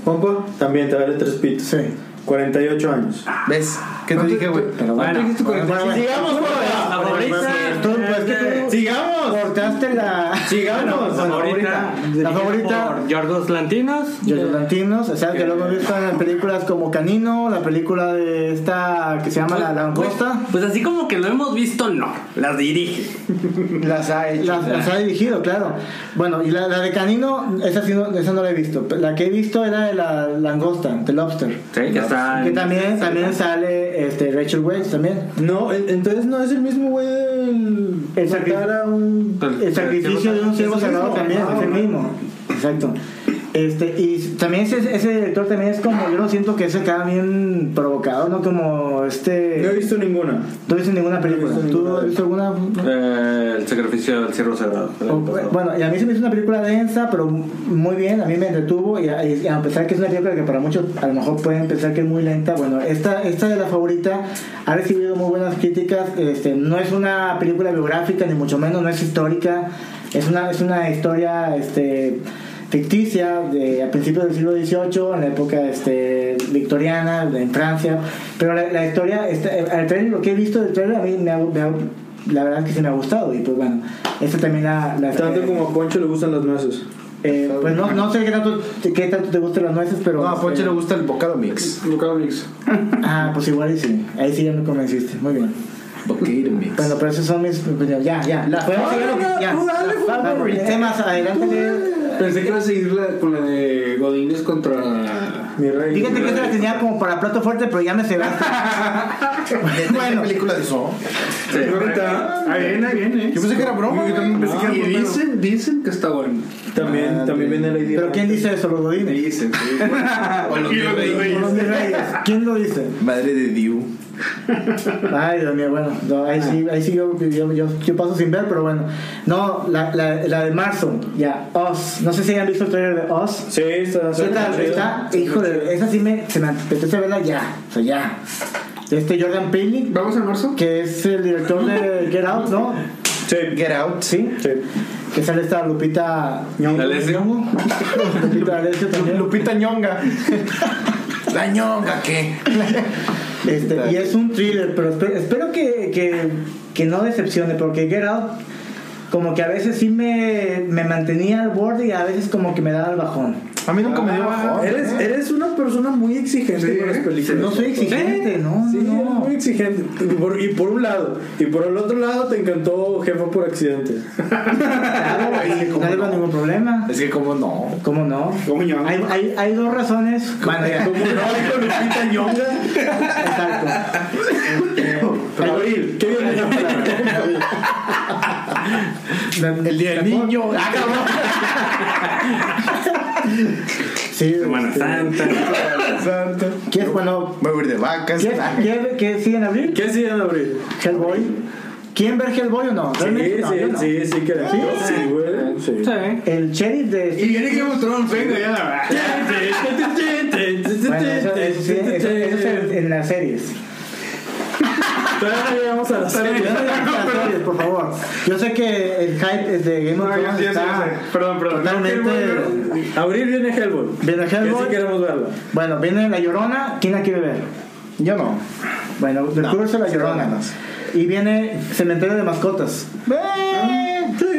Speaker 2: Pompa. También te daré tres pitos.
Speaker 1: Sí.
Speaker 2: 48 años.
Speaker 5: ¿Ves? ¿Qué te dije, güey?
Speaker 6: ¿Cuánto dijiste 45?
Speaker 2: Sigamos, por
Speaker 4: La
Speaker 2: allá.
Speaker 4: favorita.
Speaker 1: Tú, pues, que tú-
Speaker 2: Sigamos.
Speaker 1: Cortaste la. [laughs]
Speaker 2: Sigamos.
Speaker 4: La favorita.
Speaker 1: La
Speaker 4: dirigida
Speaker 1: favorita.
Speaker 4: por Yorgos Lantinos.
Speaker 1: Yoyolantinos, o sea, que luego he visto en películas como Canino, la película de esta que se llama La Langosta,
Speaker 4: Eh, Pues así como que lo hemos visto, no. Las dirige.
Speaker 5: Las ha hecho.
Speaker 1: las, las ha dirigido, claro. Bueno, y la, la de Canino, esa, sí no, esa no la he visto. La que he visto era de La Langosta, de Lobster.
Speaker 4: Sí, que está.
Speaker 1: Que
Speaker 4: Ah, en-
Speaker 1: también, también sale este, Rachel Weisz también.
Speaker 2: No, en- entonces no es el mismo güey del.
Speaker 1: El
Speaker 2: matar a un.
Speaker 1: El sacrificio de un siervo sagrado también es el mismo. Exacto. Este, y también ese, ese director también es como, yo lo siento que ese acá bien provocado, ¿no? Como
Speaker 2: No he
Speaker 1: este...
Speaker 2: visto ninguna.
Speaker 1: No he visto ninguna película.
Speaker 2: No he visto
Speaker 1: ¿Tú
Speaker 2: ninguna.
Speaker 1: has visto alguna?
Speaker 4: Eh, el sacrificio del ciervo sagrado.
Speaker 1: O- Oh, Bueno, y a mí se me hizo una película densa, pero muy bien, a mí me entretuvo y a, y a pesar que es una película que para muchos a lo mejor pueden pensar que es muy lenta, bueno, esta, esta de la favorita ha recibido muy buenas críticas, este, no es una película biográfica, ni mucho menos, no es histórica, es una, es una historia este, ficticia de, a principios del siglo XVIII, en la época este, victoriana, de- en Francia, pero la, la historia, este, eh, al trailer, lo que he visto del trailer, a mí me ha... me ha- la verdad es que sí me ha gustado y pues bueno, esta también la... la
Speaker 2: Tanto
Speaker 1: eh,
Speaker 2: como a Poncho le gustan las nueces.
Speaker 1: eh, pues no, no sé qué tanto, qué tanto te gustan las nueces, pero.
Speaker 5: No, a Ponche
Speaker 1: eh,
Speaker 5: le gusta el bocado mix.
Speaker 6: Bocado mix.
Speaker 1: Ah, pues igual y sí. Ahí sí ya me convenciste. Muy bien.
Speaker 5: Bocado mix.
Speaker 1: Bueno, pero esos son mis. opiniones. Ya, ya. La, podemos seguir lo que- ya. Vamos, temas, adelante.
Speaker 6: Pensé que iba a seguir la- con la de Godínez contra.
Speaker 2: Mi rey.
Speaker 1: Fíjate que esta la tenía como para plato fuerte, pero ya me cebaste.
Speaker 5: bueno. película de eso?
Speaker 6: Ahorita. Ahí viene, ahí viene.
Speaker 5: Yo pensé que era broma,
Speaker 6: Yo también
Speaker 5: güey.
Speaker 6: pensé que era
Speaker 5: Ah,
Speaker 6: broma,
Speaker 5: y
Speaker 6: pero-
Speaker 5: dicen-
Speaker 6: dicen que está bueno.
Speaker 2: También, también viene la idea.
Speaker 1: ¿Pero quién dice eso? Los godines.
Speaker 6: Dicen.
Speaker 1: [laughs] Los mis reyes. ¿Quién lo dice?
Speaker 5: Madre de Diu.
Speaker 1: Ay, Dios mío, bueno, no, ahí sí, ahí sí yo, yo, yo, yo paso sin ver, pero bueno. No, la, la, la de marzo, ya, Oz. No sé si hayan visto el trailer de Oz.
Speaker 2: Sí, está.
Speaker 1: ¿Qué tal? Está, híjole, esa sí me, se me apetece verla ya, o sea, ya. Este Jordan Peele,
Speaker 6: ¿Vamos en marzo?
Speaker 1: que es el director de Get Out, ¿no?
Speaker 2: Sí.
Speaker 5: Get Out.
Speaker 1: Sí,
Speaker 2: Sí.
Speaker 1: que sale esta Lupita
Speaker 4: D'Alessio.
Speaker 1: Nyong'o. [laughs] Lupita D'Alessio también.
Speaker 5: Lupita Ñonga. [laughs] ¿La Ñonga qué?
Speaker 1: Este, y es un thriller, pero espe- espero, que, que- que no decepcione, porque Get Out como que a veces sí me, me mantenía al borde y a veces como que me daba el bajón.
Speaker 5: A mí nunca Ah, me dio bajón. ¿eh?
Speaker 2: Eres, eres una persona muy exigente
Speaker 6: Sí,
Speaker 2: con las
Speaker 6: ¿eh?
Speaker 2: películas.
Speaker 1: No soy exigente, no,
Speaker 2: Sí,
Speaker 1: no,
Speaker 2: eres
Speaker 1: no.
Speaker 2: muy exigente. Y por, y por un lado. Y por el otro lado te encantó Jefa por accidente.
Speaker 1: Claro, y no tengo ningún problema.
Speaker 5: Es que como no.
Speaker 1: ¿Cómo no?
Speaker 6: ¿Cómo no?
Speaker 1: Hay, hay, hay dos
Speaker 2: [laughs]
Speaker 1: razones. Bueno, ya.
Speaker 2: Como no, con Lupita Nyong'o.
Speaker 1: Exacto.
Speaker 2: Pero Abril, ¿qué viene ya para-
Speaker 5: El día del niño. [laughs]
Speaker 1: Sí.
Speaker 4: Semana Santa.
Speaker 5: Santo.
Speaker 1: ¿Qué es bueno?
Speaker 5: Voy a ir de vacas. Ah.
Speaker 1: ¿Qué, qué, qué sigue en abril?
Speaker 2: ¿Qué sigue en abril?
Speaker 1: Hellboy. ¿Quién ver Hellboy o no?
Speaker 2: Sí,
Speaker 1: Realmente no,
Speaker 2: sí,
Speaker 1: yo no.
Speaker 2: sí, sí, que la sí, güey. Sí.
Speaker 1: El sheriff de.
Speaker 6: viene que mostró un venga ya la verdad.
Speaker 1: Bueno, eso, eso sí, eso- eso es en, en las series.
Speaker 2: Todavía no llegamos a la [laughs] serie.
Speaker 1: Ya no digan las series, por favor. Yo sé que el hype es de Game of Thrones está
Speaker 6: Perdón, perdón.
Speaker 1: totalmente.
Speaker 2: Abril viene Hellboy.
Speaker 1: Viene Hellboy.
Speaker 2: Que sí queremos verla.
Speaker 1: Bueno, viene La Llorona. ¿Quién la quiere ver?
Speaker 5: Yo no.
Speaker 1: Bueno, descúbrese La Llorona.
Speaker 5: no, no.
Speaker 1: Y viene Cementerio de Mascotas.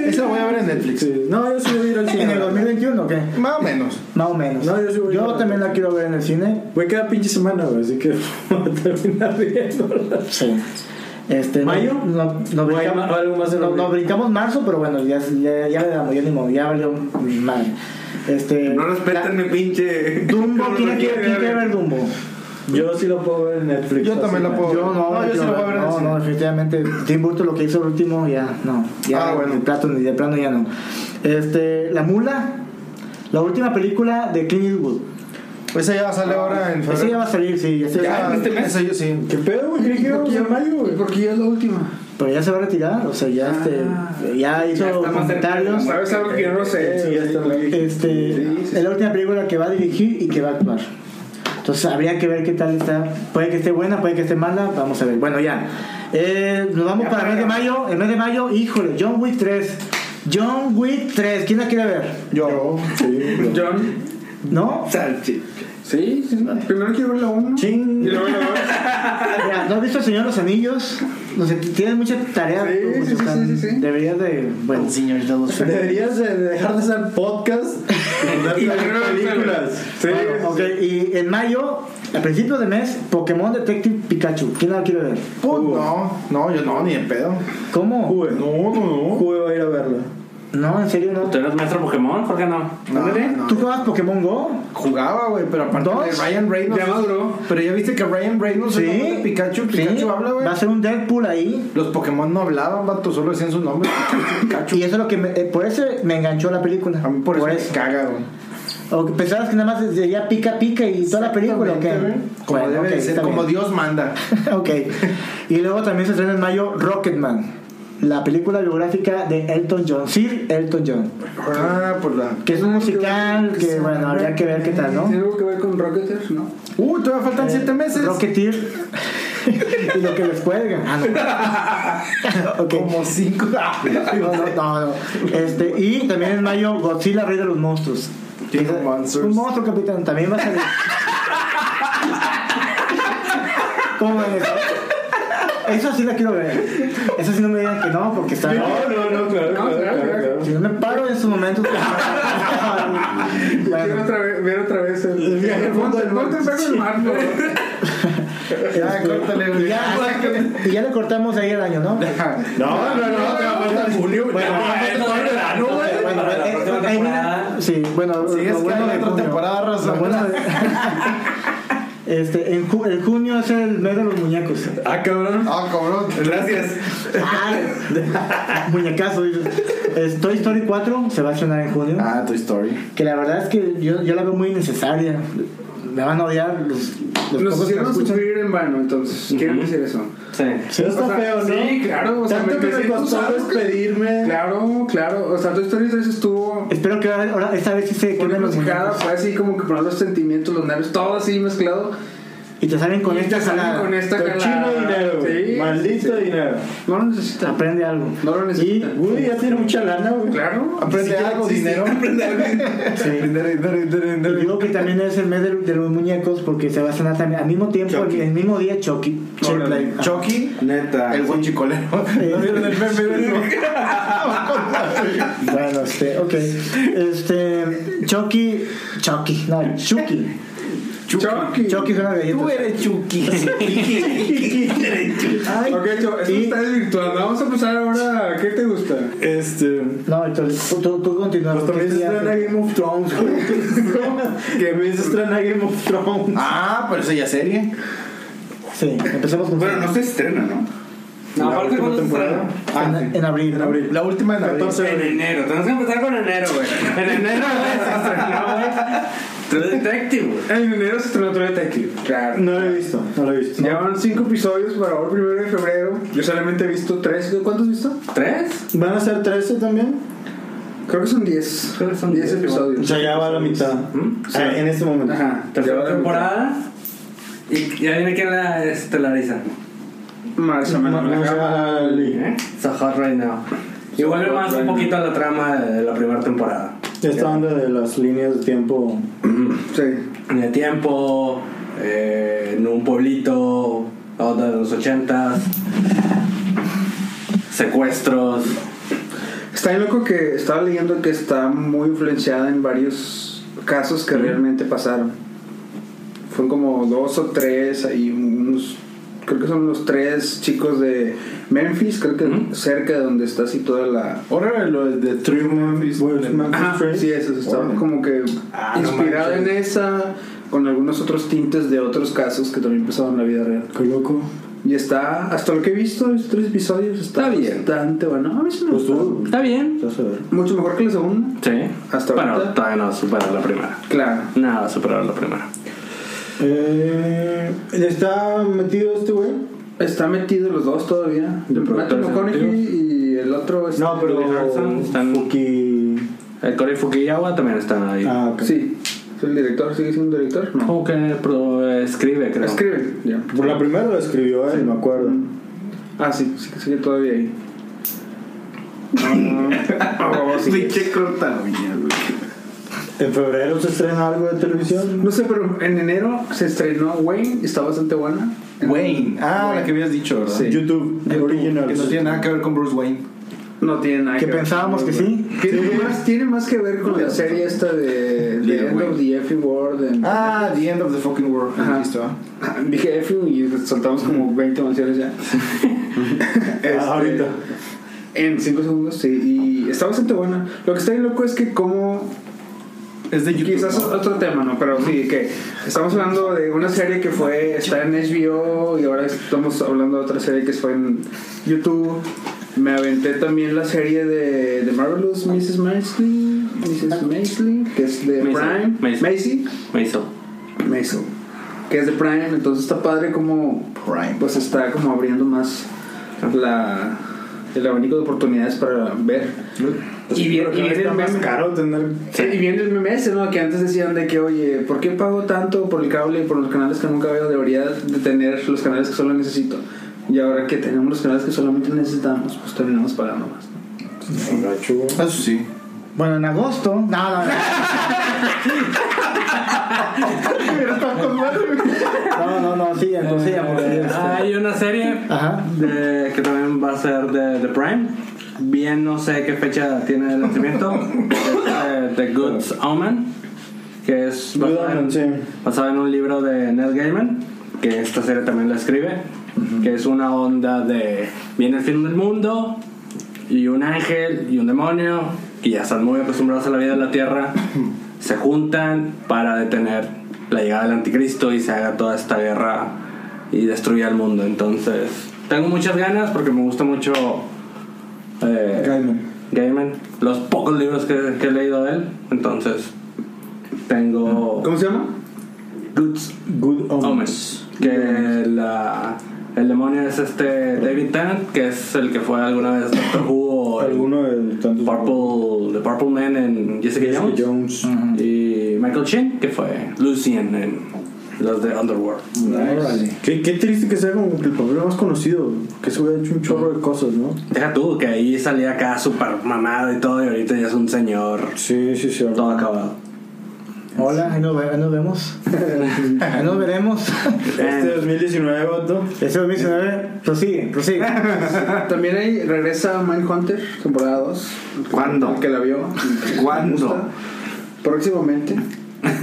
Speaker 5: Esa la voy a ver en Netflix.
Speaker 2: Sí. No, yo sí voy a ir al
Speaker 1: ¿En
Speaker 2: cine.
Speaker 1: el 2021 o qué?
Speaker 5: Más o menos.
Speaker 1: Más o menos.
Speaker 2: No, yo sí voy a ver.
Speaker 1: también la quiero ver en el cine.
Speaker 2: Voy cada pinche semana, güey, así que [laughs] voy a terminar viéndola.
Speaker 1: Sí. Este, no-
Speaker 2: ¿Mayo?
Speaker 1: No, no
Speaker 2: ¿O hay
Speaker 1: brincamos,
Speaker 2: ma- algo más en
Speaker 1: no-
Speaker 2: abril?
Speaker 1: no brincamos marzo, pero bueno, ya, ya, ya le damos, ya ni modo, ya valió mi madre. Este,
Speaker 3: No respetan mi pinche.
Speaker 6: [laughs]
Speaker 1: la- Dumbo, ¿quién
Speaker 3: cronología
Speaker 2: [laughs]
Speaker 1: quiere
Speaker 3: de
Speaker 1: quién quiere
Speaker 3: ver.
Speaker 1: ver Dumbo?
Speaker 2: Yo sí lo puedo ver en Netflix.
Speaker 5: Yo también la
Speaker 2: fácilmente.
Speaker 5: puedo-
Speaker 1: Yo no,
Speaker 5: No, yo sí la voy a ver en el
Speaker 1: No,
Speaker 5: cine.
Speaker 1: no, definitivamente. Tim Burton lo que hizo el último, ya no. Ya
Speaker 5: Ah, bueno.
Speaker 1: de, plato, ni de plano ya no. Este, La Mula, la última película de Clint Eastwood.
Speaker 5: Esa ya Pues sale ahora en
Speaker 1: Esa ya
Speaker 5: febrero.
Speaker 1: va a salir, sí, ya se
Speaker 5: Ya,
Speaker 1: va-
Speaker 5: esa yo sí.
Speaker 2: ¿Qué pedo, güey? Creí que íbamos en mayo, güey.
Speaker 6: Porque ya es la última.
Speaker 1: Pero ya se va a retirar, o sea, ya,
Speaker 5: Ah.
Speaker 1: este, ya hizo
Speaker 3: está más cerca de la
Speaker 1: comentarios.
Speaker 6: ¿Sabes algo que yo no sé?
Speaker 2: Sí, ya está bien.
Speaker 1: Este, es la última película que va a dirigir y que va a actuar. Entonces habría que ver qué tal está. Puede que esté buena, puede que esté mala, vamos a ver. Bueno, ya. Eh, nos vamos para el mes de mayo. El mes de mayo, híjole, John Wick 3. John Wick 3, ¿quién la quiere ver?
Speaker 5: Yo.
Speaker 6: John.
Speaker 1: ¿No?
Speaker 3: Salchi.
Speaker 6: Sí, sí, primero quiero ver la 1.
Speaker 2: Ching.
Speaker 6: Y luego la 2.
Speaker 1: Mira, ¿No has visto el Señor de los Anillos? No sé, tienes mucha tarea.
Speaker 6: Sí,
Speaker 1: tú,
Speaker 6: sí, sí,
Speaker 1: Susan.
Speaker 6: sí, sí.
Speaker 1: Deberías de. Bueno,
Speaker 5: señorita dos
Speaker 2: Deberías de dejar de hacer podcast y darte
Speaker 6: Y
Speaker 2: a
Speaker 6: luego
Speaker 2: ver películas. Sí.
Speaker 1: bueno, ok, y en mayo, a principios de mes, Pokémon Detective Pikachu. ¿Quién la quiere ver?
Speaker 5: No, no, yo no, ni en pedo.
Speaker 1: ¿Cómo?
Speaker 2: Juve.
Speaker 5: No, no,
Speaker 2: Juve va a ir a verla.
Speaker 1: No, en serio no.
Speaker 4: ¿Tú eres maestro Pokémon? ¿Por qué no?
Speaker 5: no.
Speaker 1: Ándale,
Speaker 5: no,
Speaker 1: ¿Tú
Speaker 5: no.
Speaker 1: jugabas Pokémon Go?
Speaker 5: Jugaba, güey, pero aparte
Speaker 1: ¿Dos?
Speaker 5: de Ryan Reynolds.
Speaker 6: Ya maduró.
Speaker 5: Pero ya viste que Ryan Reynolds es el nombre de Pikachu. Pikachu
Speaker 1: sí.
Speaker 5: habla, güey.
Speaker 1: Va a ser un Deadpool ahí.
Speaker 5: Los Pokémon no hablaban, vato, solo decían su nombre. Pikachu, Pikachu.
Speaker 1: Y eso es lo que me- eh, por eso me enganchó la película.
Speaker 5: A mí por, eso me caga, güey.
Speaker 1: O que pensabas que nada más ya pica pica y toda la película, ¿o qué?
Speaker 5: Exactamente, güey. Como
Speaker 1: Bueno,
Speaker 5: debe
Speaker 1: ok,
Speaker 5: de ser,
Speaker 1: está
Speaker 5: como
Speaker 1: bien.
Speaker 5: Dios manda.
Speaker 1: [laughs] ok. Y luego también se estrena en mayo Rocketman, la película biográfica de Elton John, Sir Elton John,
Speaker 5: Ah, por la.
Speaker 1: que es un musical que bueno, habría que ver qué tal, ¿no?
Speaker 6: ¿Tiene algo que ver con Rocketeer? ¿No?
Speaker 5: Uh, todavía
Speaker 1: Eh,
Speaker 5: faltan siete meses.
Speaker 1: Rocketeer
Speaker 5: [laughs]
Speaker 1: y lo que les cuelgan. Ah,
Speaker 5: [laughs]
Speaker 1: no. Ok.
Speaker 5: Como cinco.
Speaker 1: [laughs] No, no, no, no. Este, y también en mayo, Godzilla, Rey de los Monstruos.
Speaker 5: King of
Speaker 1: Ese-
Speaker 5: Monsters.
Speaker 1: Un monstruo, capitán. También va
Speaker 5: [laughs]
Speaker 1: a salir. ¿Cómo ven eso? Eso sí la quiero ver. Eso sí no me digan que no, porque está.
Speaker 2: no, no, claro,
Speaker 6: No, claro, claro.
Speaker 1: Si no me paro en pues, su momento.
Speaker 5: [laughs]
Speaker 6: Quiero
Speaker 1: Bueno,
Speaker 6: otra vez, ver otra vez el. el
Speaker 2: viaje al fondo del mar.
Speaker 6: Ponte el saco del mar, por favor.
Speaker 5: Ya,
Speaker 1: este,
Speaker 5: Ah, córtale, güey.
Speaker 1: y ya, y ya le cortamos ahí el año,
Speaker 5: [laughs]
Speaker 1: ¿no?
Speaker 2: No, no, no, te va a faltar junio.
Speaker 1: Bueno, Bueno, eh,
Speaker 4: Próxima
Speaker 1: eh,
Speaker 4: temporada.
Speaker 1: Sí, bueno,
Speaker 5: Sí, es que hay
Speaker 1: de
Speaker 5: otra
Speaker 1: junio.
Speaker 5: temporada, raza.
Speaker 1: Lo bueno de- Este, en, ju- en junio es el mes de los muñecos.
Speaker 2: Ah, cabrón.
Speaker 5: Ah, cabrón.
Speaker 3: Gracias.
Speaker 1: Muñecazo, dices. Es Toy Story 4 se va a estrenar en junio.
Speaker 5: Ah, Toy Story.
Speaker 1: Que la verdad es que yo, yo la veo muy innecesaria. Me van a odiar los, los
Speaker 6: Nos
Speaker 1: pocos que
Speaker 6: hicieron
Speaker 1: escuchan.
Speaker 6: sufrir en vano, entonces. Quiero decir eso.
Speaker 4: Sí.
Speaker 2: Sí, está
Speaker 6: O sea,
Speaker 2: feo, ¿no?
Speaker 6: Sí, claro. O sea,
Speaker 2: Tanto
Speaker 6: me-
Speaker 2: que
Speaker 6: me
Speaker 2: me
Speaker 6: siento
Speaker 2: costó
Speaker 6: usado.
Speaker 2: despedirme.
Speaker 6: Claro, claro. O sea, tu historia estuvo.
Speaker 1: Espero que ahora, ahora- esta vez sí se
Speaker 6: Una
Speaker 1: queden los
Speaker 6: musicada,
Speaker 1: muñecos.
Speaker 6: fue así como que poner los sentimientos, los nervios, todo así mezclado.
Speaker 1: Y te salen con
Speaker 6: Y
Speaker 1: esta
Speaker 6: te salen
Speaker 1: salada.
Speaker 6: Con esta
Speaker 2: Cochino
Speaker 6: jalada.
Speaker 2: dinero.
Speaker 6: Sí,
Speaker 2: Maldito
Speaker 6: sí.
Speaker 2: dinero.
Speaker 6: No lo necesitas.
Speaker 1: Aprende algo.
Speaker 6: No lo
Speaker 1: y
Speaker 6: necesitas.
Speaker 2: Woody ya tiene mucha lana, güey.
Speaker 6: Claro.
Speaker 5: Aprende algo, [laughs] dinero.
Speaker 1: Y digo que también es el mes de, de los muñecos porque se va a estrenar también al mismo tiempo, el, el mismo día Chucky.
Speaker 5: Órale.
Speaker 1: Ajá.
Speaker 5: Chucky,
Speaker 3: Neta.
Speaker 5: el guachicolero.
Speaker 1: Eh,
Speaker 5: el meme
Speaker 1: Bueno, este, ok. Este, Chucky, Chucky, no, Chucky.
Speaker 6: Chucky.
Speaker 1: Chucky es una galleta.
Speaker 5: Tú eres
Speaker 1: [laughs]
Speaker 5: Chucky.
Speaker 1: Ay,
Speaker 6: Ok, Cho, esto
Speaker 1: y-
Speaker 6: está desvirtuando. Vamos a pasar ahora. ¿Qué te gusta?
Speaker 2: Este.
Speaker 1: No, entonces, tú, tú, tú continúa.
Speaker 2: Pues
Speaker 1: porque
Speaker 2: también se
Speaker 1: sí, ya-
Speaker 2: estrena Game of Thrones, güey. Que también se estrena Game of Thrones.
Speaker 5: Ah, pero esa ya serie.
Speaker 1: Sí, empecemos con.
Speaker 3: Bueno, no se estrena, ¿no?
Speaker 4: No, aparte, ¿cuándo se estrena?
Speaker 5: Ah,
Speaker 1: en, en abril.
Speaker 2: En abril.
Speaker 5: La última en abril.
Speaker 4: En enero. Tenemos que empezar con enero, güey. En enero, güey, se estrenó, [laughs] güey. True Detective, güey.
Speaker 6: En enero se estrenó True Detective. Claro.
Speaker 2: No lo he visto, no lo he visto.
Speaker 6: Ya van cinco episodios para ahora, primero de febrero. Yo solamente he visto tres. ¿De ¿Cuántos has visto?
Speaker 4: ¿Tres?
Speaker 2: ¿Van a ser 13 también?
Speaker 6: Creo que son diez.
Speaker 4: Creo que son
Speaker 6: diez
Speaker 4: diez,
Speaker 2: O
Speaker 6: episodios.
Speaker 2: sea, ya va a la mitad.
Speaker 4: ¿Mm?
Speaker 2: Ah, en este momento.
Speaker 6: Ajá.
Speaker 4: Tercera
Speaker 6: Ya va la mitad.
Speaker 1: este,
Speaker 4: temporada. Y ya viene quien la estelariza. Sahar right now. Y vuelve más un poquito a la trama de la primera temporada.
Speaker 2: Esta onda de las líneas de tiempo.
Speaker 4: En el tiempo, eh, en un pueblito, la onda de los ochentas, secuestros.
Speaker 3: Está bien loco que estaba leyendo que está muy influenciada en varios casos que realmente pasaron. Fueron como dos o tres, ahí unos, creo que son los tres chicos de Memphis, creo que cerca de donde está situada la...
Speaker 5: Ahora lo de True Memphis.
Speaker 3: Ajá, sí, eso, estaba
Speaker 5: Órale.
Speaker 3: como que
Speaker 5: Ah, no
Speaker 3: inspirado en
Speaker 5: manches.
Speaker 3: esa, con algunos otros tintes de otros casos que también pasaron en la vida real.
Speaker 2: Qué loco.
Speaker 3: Y está, hasta lo que he visto, los tres episodios, está,
Speaker 4: Está bien.
Speaker 3: bastante bueno. A mí se me
Speaker 2: Pues
Speaker 3: gustó.
Speaker 2: tú,
Speaker 4: Está bien.
Speaker 2: ya se ve.
Speaker 3: Mucho mejor que la segunda.
Speaker 4: Sí.
Speaker 3: Hasta
Speaker 4: bueno,
Speaker 3: ahorita.
Speaker 4: todavía no supera la primera.
Speaker 3: Claro.
Speaker 4: Nada supera la primera.
Speaker 2: Eh, ¿Está metido este güey?
Speaker 3: Está metido los dos todavía.
Speaker 4: De
Speaker 3: Matthew
Speaker 4: productores
Speaker 3: McConaughey y el otro es.
Speaker 2: No, pero.
Speaker 4: Billy Harrison, están-
Speaker 2: Fuki.
Speaker 4: El Corey Fukuyawa también está ahí.
Speaker 2: Ah, ok.
Speaker 3: Sí. ¿Es el director? ¿Sigue siendo director? No.
Speaker 4: Como que pro- escribe, creo.
Speaker 3: Escribe. Ya.
Speaker 2: Por la primera lo escribió él, me acuerdo.
Speaker 3: Ah, sí, sí que sigue todavía ahí. Ah, Oh,
Speaker 7: Pinche corta uña, güey.
Speaker 2: En febrero se estrena algo de televisión.
Speaker 3: No sé, pero en enero se estrenó Wayne, está bastante buena.
Speaker 5: Wayne. Ah, la que habías dicho, ¿verdad?
Speaker 3: Sí.
Speaker 2: YouTube, Original.
Speaker 5: Que no tiene nada que ver con Bruce Wayne.
Speaker 3: No tiene nada
Speaker 1: Que
Speaker 3: ver.
Speaker 1: pensábamos que sí.
Speaker 3: Tiene más, tiene más que ver con la serie esta de, de
Speaker 5: Little
Speaker 3: End of the Effie World. and-
Speaker 5: Ah, The End of the Fucking World.
Speaker 3: Ajá.
Speaker 5: Listo, ah.
Speaker 3: [laughs] Dije Effie y soltamos como 20 menciones ya. [laughs] Este,
Speaker 2: Ah, ahorita.
Speaker 3: En 5 segundos, sí. Y está bastante buena. Lo que está bien loco es que como...
Speaker 5: Es de YouTube.
Speaker 3: Quizás
Speaker 5: ¿no?
Speaker 3: otro tema, ¿no? Pero sí, que estamos hablando de una serie que fue... Está en HBO y ahora estamos hablando de otra serie que fue en YouTube. Me aventé también la serie de, de Marvelous Mrs. Maisel, Mrs. Maisel, que es de
Speaker 4: Maisel,
Speaker 3: Prime.
Speaker 4: Maisel.
Speaker 3: Maisel.
Speaker 4: Me hizo.
Speaker 3: Maisel, que es de Prime, entonces está padre como
Speaker 5: Prime.
Speaker 3: pues está como abriendo más la el abanico de oportunidades para ver. Y bien, y viene el meme.
Speaker 2: caro tener.
Speaker 3: Sí, y viene el meme ese, ¿no? Que antes decían de que, oye, ¿por qué pago tanto por el cable y por los canales que nunca veo? Debería de tener los canales que solo necesito. Y ahora que tenemos los canales que solamente necesitamos, pues terminamos pagando más. ¿no?
Speaker 2: Gacho.
Speaker 5: Eso sí.
Speaker 1: Bueno, en agosto. No, no, no. [laughs] No, no, no, sigan, pues, sigan, porque este-
Speaker 4: Ah, Hay una serie
Speaker 1: Ajá.
Speaker 4: de- que también va a ser de, de Prime. Bien, no sé qué fecha tiene el lanzamiento. Es, eh, The Good Omen, que es
Speaker 2: Good
Speaker 4: basada en,
Speaker 2: Omen, sí.
Speaker 4: basada en un libro de Ned Gaiman, que esta serie también la escribe. Que es una onda de. Viene el fin del mundo, y un ángel y un demonio, que ya están muy acostumbrados a la vida de la tierra, se juntan para detener la llegada del anticristo y se haga toda esta guerra y destruya el mundo. Entonces, tengo muchas ganas porque me gusta mucho eh,
Speaker 2: Gaiman.
Speaker 4: Gaiman, los pocos libros que, que he leído de él. Entonces, tengo
Speaker 3: ¿Cómo se llama?
Speaker 4: Goods
Speaker 2: Good Omens.
Speaker 4: Omens, que la- el demonio es este David Tennant, que es el que fue alguna vez Doctor Who o el-
Speaker 2: Alguno de tantos.
Speaker 4: Purple, The Purple Man en Jessica
Speaker 2: Jessica
Speaker 4: Jones.
Speaker 2: Jones.
Speaker 4: Y Michael Sheen, que fue Lucien en los de Underworld.
Speaker 2: Mm. Órale. Qué, qué triste que sea como que el papel más conocido. Que se hubiera hecho un chorro de cosas, ¿no?
Speaker 4: Deja tú, que ahí salía acá super mamado y todo, y ahorita ya es un señor
Speaker 2: Sí, sí, sí.
Speaker 4: todo acabado.
Speaker 1: Hola, ahí nos, ve- ahí nos vemos. Ahí nos veremos.
Speaker 2: Este 2019, vato.
Speaker 1: Ese 2019, prosigue, [laughs] prosigue.
Speaker 5: Ah,
Speaker 3: También ahí regresa Mindhunter, temporada 2.
Speaker 7: ¿Cuándo?
Speaker 3: El que la vio.
Speaker 7: ¿Cuándo?
Speaker 3: Próximamente.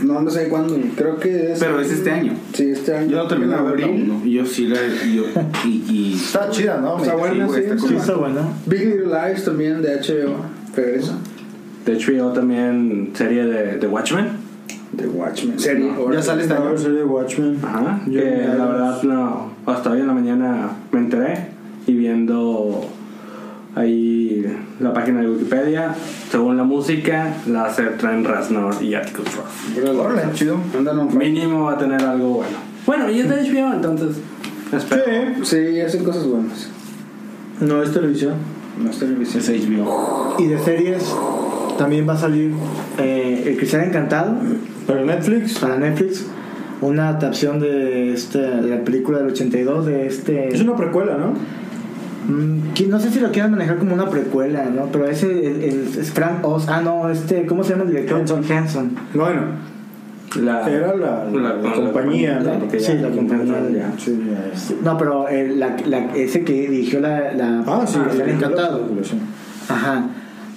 Speaker 3: No, no sé cuándo. Creo que es.
Speaker 7: Pero es este año.
Speaker 3: Sí, este año.
Speaker 7: Yo lo terminé de ver
Speaker 3: abril.
Speaker 7: aún. Y yo sí la. Y, yo, y, y
Speaker 5: Está chida, ¿no?
Speaker 3: Está
Speaker 5: Me-
Speaker 3: buena,
Speaker 7: Sí, güey,
Speaker 3: sí,
Speaker 7: está
Speaker 3: sí.
Speaker 1: Sí, está bueno.
Speaker 3: Big Little Lies también de HBO. Regresa.
Speaker 4: De HBO también serie de, de Watchmen.
Speaker 3: The Watchmen. Serie.
Speaker 5: Ya sale este
Speaker 2: Esta
Speaker 5: año.
Speaker 2: nueva serie de Watchmen.
Speaker 4: Ajá.
Speaker 2: Yo
Speaker 4: que
Speaker 2: me
Speaker 4: la
Speaker 2: hago-
Speaker 4: verdad no. Hasta hoy en la mañana me enteré y viendo ahí la página de Wikipedia, según la música, la hace Trent Reznor y Atticus Ross.
Speaker 5: Órale, chido.
Speaker 3: Andan on fire.
Speaker 4: Mínimo va a tener algo bueno. Bueno, y es de HBO, entonces. Espero.
Speaker 3: Sí, hacen cosas buenas.
Speaker 2: No es televisión.
Speaker 3: No es televisión.
Speaker 5: Es HBO.
Speaker 1: Y de series también va a salir eh, El Cristiano Encantado
Speaker 2: Pero Netflix.
Speaker 1: para Netflix. una adaptación de, este, de la película del 82 de este...
Speaker 2: Es una precuela, ¿no?
Speaker 1: Mm, que- No sé si lo quieran manejar como una precuela, ¿no? Pero ese el- el- es Frank Oz. Ah, no, este, ¿cómo se llama el director?
Speaker 2: Hanson.
Speaker 1: Hanson.
Speaker 2: Bueno,
Speaker 4: La,
Speaker 2: era Ah. la, la compañía, ¿no?
Speaker 4: que
Speaker 1: Sí, la compañía.
Speaker 4: ya.
Speaker 2: Sí, ya, ya.
Speaker 1: Sí, No, pero eh, la- la- ese que dirigió la... la
Speaker 2: Ah, sí,
Speaker 1: la-
Speaker 2: sí,
Speaker 1: El
Speaker 2: sí,
Speaker 1: Encantado.
Speaker 2: sí, sí.
Speaker 1: Ajá.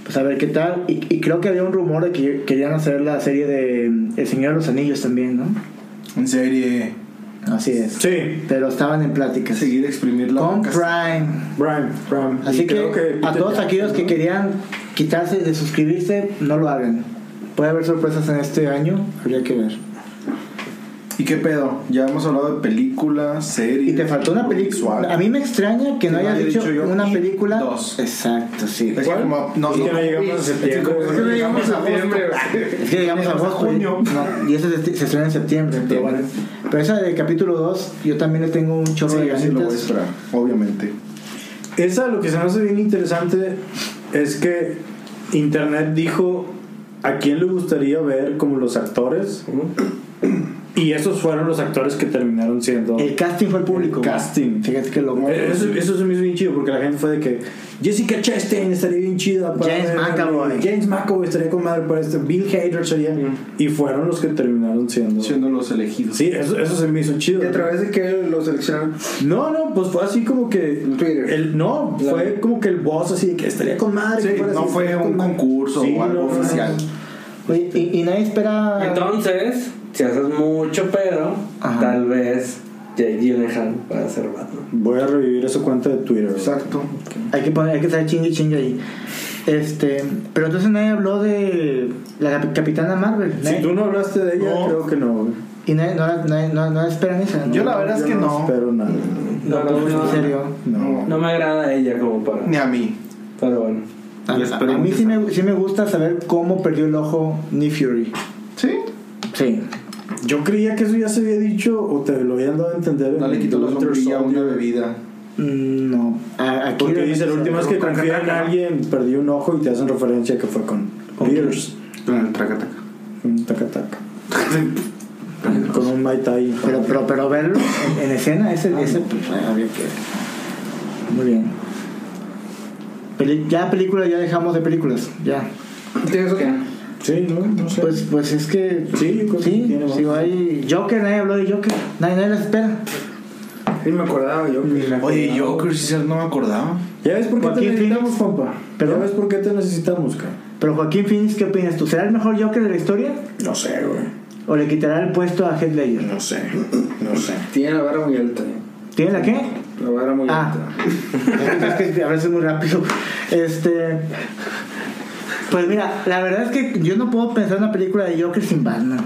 Speaker 1: Pues a ver qué tal. Y, y creo que había un rumor de que querían hacer la serie de mm, El Señor de los Anillos también, ¿no?
Speaker 5: En serie.
Speaker 1: Así es.
Speaker 2: Sí,
Speaker 1: Pero estaban en pláticas.
Speaker 5: Seguir exprimir la
Speaker 1: Con
Speaker 5: boca.
Speaker 1: Prime.
Speaker 2: Brian, Brian.
Speaker 1: Así
Speaker 2: Y
Speaker 1: que, ah,
Speaker 2: creo
Speaker 1: a
Speaker 2: Peter
Speaker 1: todos
Speaker 2: Jackson,
Speaker 1: aquellos que
Speaker 2: ¿no?
Speaker 1: querían quitarse de suscribirse, no lo hagan. Puede haber sorpresas en este año, habría que ver.
Speaker 5: ¿Y qué pedo? Ya hemos hablado de películas, series.
Speaker 1: Y te faltó una
Speaker 5: visual.
Speaker 1: película. A mí me extraña que no
Speaker 5: Que no
Speaker 1: hayas
Speaker 5: haya
Speaker 1: dicho
Speaker 5: dicho yo,
Speaker 1: una
Speaker 5: y
Speaker 1: película.
Speaker 5: dos.
Speaker 1: Exacto, sí.
Speaker 5: Es que como- no,
Speaker 2: Es que
Speaker 5: no-
Speaker 2: no llegamos a
Speaker 5: es que
Speaker 2: septiembre.
Speaker 5: como-
Speaker 2: Es que
Speaker 8: no llegamos a septiembre,
Speaker 1: [laughs] Es que llegamos a agosto,
Speaker 5: junio.
Speaker 1: no, y eso se, se estrena en septiembre. Pero, bueno. Pero esa del capítulo 2, yo también le tengo un chorro
Speaker 5: Sí,
Speaker 1: de
Speaker 5: yo sí lo voy a
Speaker 1: ganitas.
Speaker 5: esperar, obviamente.
Speaker 2: Esa lo que se me hace bien interesante es que Internet dijo a quién le gustaría ver como los actores. Y esos fueron los actores que terminaron siendo.
Speaker 1: El casting fue el público.
Speaker 2: El casting.
Speaker 1: Fíjate que lo
Speaker 2: Eh, Eso, eso se me hizo bien chido porque la gente fue de que Jessica Chastain estaría bien chida para
Speaker 1: James
Speaker 2: ver-
Speaker 1: McAvoy.
Speaker 2: James McAvoy estaría con madre para este Bill Hader sería y fueron los que terminaron siendo
Speaker 5: Siendo los elegidos.
Speaker 2: sí eso, eso se me hizo chido
Speaker 8: ¿Y a través de qué lo seleccionaron?
Speaker 2: No, no, pues fue así como que.
Speaker 8: En Twitter.
Speaker 2: El, no,
Speaker 8: La-
Speaker 2: fue como que el boss así de que estaría con madre.
Speaker 5: Sí,
Speaker 2: que fuera
Speaker 5: no
Speaker 2: así,
Speaker 5: fue
Speaker 2: estaría
Speaker 5: un
Speaker 2: con madre.
Speaker 5: concurso
Speaker 2: Sí,
Speaker 5: o algo
Speaker 2: no, no, no.
Speaker 5: oficial.
Speaker 1: Ah. Oye, y, y nadie espera.
Speaker 4: Entonces, si haces mucho pedo,
Speaker 1: Ajá.
Speaker 4: tal vez Jake Gyllenhaal pueda ser Batman.
Speaker 2: Voy a revivir esa cuenta de Twitter. güey.
Speaker 5: Exacto.
Speaker 1: Hay que poner, hay que estar chingue y chingue ahí. Este, pero entonces nadie habló de la cap- Capitana Marvel.
Speaker 2: Si
Speaker 1: nadie-
Speaker 2: tú no hablaste de ella,
Speaker 5: No.
Speaker 2: creo que no. güey.
Speaker 1: Y nadie, no, la- nadie- no- no la esperan esa. ¿no?
Speaker 5: Yo la verdad es
Speaker 2: Yo
Speaker 5: que no.
Speaker 2: espero nada.
Speaker 4: No, no,
Speaker 1: En serio.
Speaker 5: No.
Speaker 4: No me agrada ella como para.
Speaker 5: Ni a mí.
Speaker 4: Pero bueno.
Speaker 1: A,
Speaker 3: Yo
Speaker 1: a-
Speaker 3: espero
Speaker 1: a mí
Speaker 3: mucho
Speaker 1: sí me, sí me gusta saber cómo perdió el ojo Nick Fury.
Speaker 5: Sí.
Speaker 1: Sí.
Speaker 2: Yo creía que eso ya se había dicho o te lo habían dado a entender.
Speaker 5: No
Speaker 2: en
Speaker 5: le quitó la
Speaker 2: Winter
Speaker 5: sombrilla a una
Speaker 2: Soldier.
Speaker 5: bebida.
Speaker 1: Mm, No. A- aquí
Speaker 2: Porque
Speaker 1: realmente
Speaker 2: dice, la
Speaker 1: se-
Speaker 2: última vez que
Speaker 3: Con
Speaker 2: confié en
Speaker 3: Cacataca.
Speaker 2: alguien, perdí un ojo y te hacen referencia que fue con
Speaker 1: ¿Con
Speaker 2: Pierce.
Speaker 3: Ah, Traca, traca.
Speaker 2: Un tacataca. con un Mai Tai.
Speaker 1: Pero, pero, pero verlo en, en escena, ese, ese pues, eh, habría que. Muy bien. Peli- ya película, ya dejamos de películas. Ya.
Speaker 8: ¿Tienes que?
Speaker 2: Sí, no, no sé.
Speaker 1: Pues, pues es que.
Speaker 2: Sí, yo creo que
Speaker 1: sí.
Speaker 2: tiene
Speaker 1: si
Speaker 2: bastante.
Speaker 1: hay Joker, nadie habló de Joker. Nadie, nadie la espera.
Speaker 8: Sí, me acordaba yo.
Speaker 5: Oye, yo creo que sí, no me acordaba.
Speaker 2: ¿Ya ves por qué
Speaker 1: Joaquín
Speaker 2: te necesitamos,
Speaker 1: Phoenix.
Speaker 2: compa?
Speaker 1: ¿Perdón?
Speaker 2: ¿Ya ves por qué te necesitamos, cara?
Speaker 1: Pero Joaquín Phoenix, ¿qué opinas tú? ¿Será el mejor Joker de la historia?
Speaker 2: No sé, güey.
Speaker 1: ¿O le quitará el puesto a Heath Ledger?
Speaker 2: No sé. No sé.
Speaker 8: Tiene la vara muy alta. eh.
Speaker 1: ¿Tiene la qué?
Speaker 8: La vara muy
Speaker 4: [laughs]
Speaker 1: Ah.
Speaker 8: alta.
Speaker 1: es que a veces muy rápido. Este. Pues mira, la verdad es que yo no puedo pensar en una película de Joker sin Batman.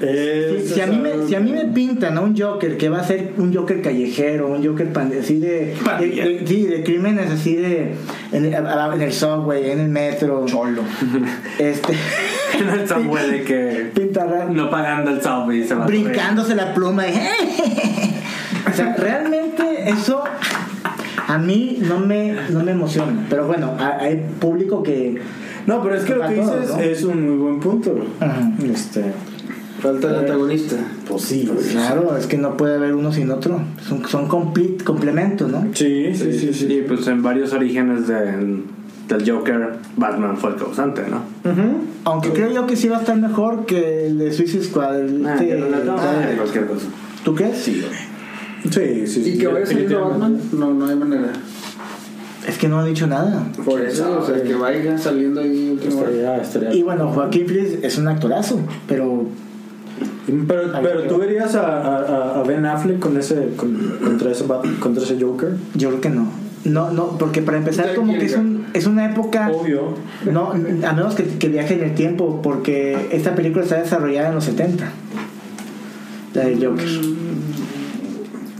Speaker 1: Si, si a mí me, si a mí me pintan a un Joker que va a ser un Joker callejero, un Joker pan- así de, de, de- sí, de crímenes así de en, a- a- en el subway, en el metro,
Speaker 5: Cholo.
Speaker 1: este [laughs]
Speaker 4: el Subway de que.
Speaker 1: pintarra-
Speaker 4: No pagando el Subway y se va a
Speaker 1: brincándose la pluma [laughs] y, o sea, realmente eso a mí no me no me emociona, pero bueno, a- hay público que
Speaker 2: No, pero es que lo que
Speaker 1: Para todos,
Speaker 2: dices
Speaker 1: ¿no?
Speaker 2: es un muy buen punto, güey.
Speaker 1: Ajá.
Speaker 2: Este.
Speaker 8: Falta el antagonista.
Speaker 2: Pues sí, güey.
Speaker 1: claro, es que no puede haber uno sin otro, son, son compli- complementos, ¿no?
Speaker 2: Sí, sí, sí. sí.
Speaker 4: Y pues en varios orígenes del, del Joker, Batman fue el causante, ¿no?
Speaker 1: Aunque creo yo que sí va a estar mejor que el de Suicide Squad. el-
Speaker 4: Ah,
Speaker 1: sí.
Speaker 4: yo no le- no,
Speaker 1: Ah,
Speaker 4: eh, cualquier cosa.
Speaker 1: ¿Tú crees?
Speaker 2: Sí, sí.
Speaker 8: ¿Y que vaya saliendo Batman? No, no hay manera.
Speaker 1: Es que no han dicho nada.
Speaker 8: Por eso, o sea, que vaya saliendo ahí último.
Speaker 2: Estaría, estaría.
Speaker 1: Y bueno, Joaquín Phoenix es un actorazo, pero
Speaker 2: Pero, pero tú verías a, a, a Ben Affleck con ese, con- contra, ese Bat- contra ese Joker.
Speaker 1: yo creo que no. No, no, porque para empezar
Speaker 8: Ya
Speaker 1: como que es,
Speaker 8: quiere.
Speaker 1: un, es una época...
Speaker 2: Obvio.
Speaker 1: No, a menos que, que viaje en el tiempo, porque esta película está desarrollada en los 70. La del Joker.
Speaker 8: Mm.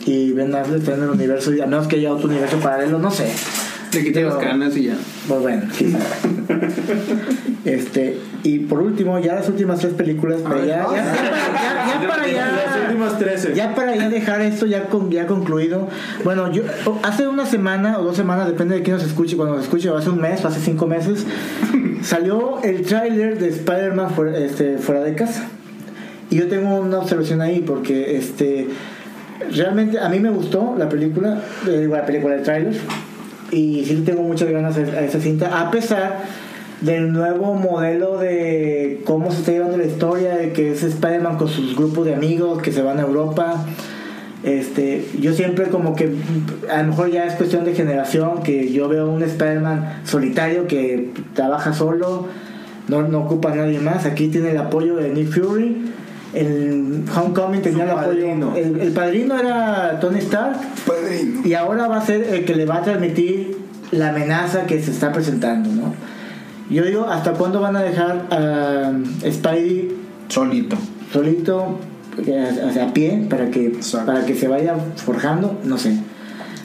Speaker 1: Y Ben Affleck está en el universo, y a menos que haya otro universo paralelo, no sé.
Speaker 8: Le quité las canas y ya.
Speaker 1: Pues bueno, quizá. [laughs] este, y por último, ya las últimas tres películas, pero ya, ya, ya para- ya- ya para
Speaker 2: Las
Speaker 1: ya.
Speaker 2: últimas 13.
Speaker 1: Ya para ya dejar esto ya con, ya concluido. Bueno, yo o- hace una semana o dos semanas, depende de quién nos escuche, cuando nos escuche, o hace un mes, o hace
Speaker 2: [laughs]
Speaker 1: cinco meses, salió el tráiler de Spider-Man fuera, este, fuera de casa. Y yo tengo una observación ahí porque este realmente a mí me gustó la película, eh, la película del tráiler y sí le tengo muchas ganas a a esa cinta a pesar del nuevo modelo de cómo se está llevando la historia, de que es Spider-Man con sus grupos de amigos que se van a Europa. Este, yo siempre como que a lo mejor ya es cuestión de generación que yo veo un Spider-Man solitario que trabaja solo, no, no ocupa a nadie más. Aquí tiene el apoyo de Nick Fury. El Homecoming tenía el apoyo. El, el padrino era Tony Stark. Y ahora va a ser el que le va a transmitir la amenaza que se está presentando, ¿no? Yo digo, ¿hasta cuándo van a dejar a um, Spidey
Speaker 5: Solito.
Speaker 1: solito eh, o sea, a pie para que
Speaker 5: Exacto.
Speaker 1: para que se vaya forjando no sé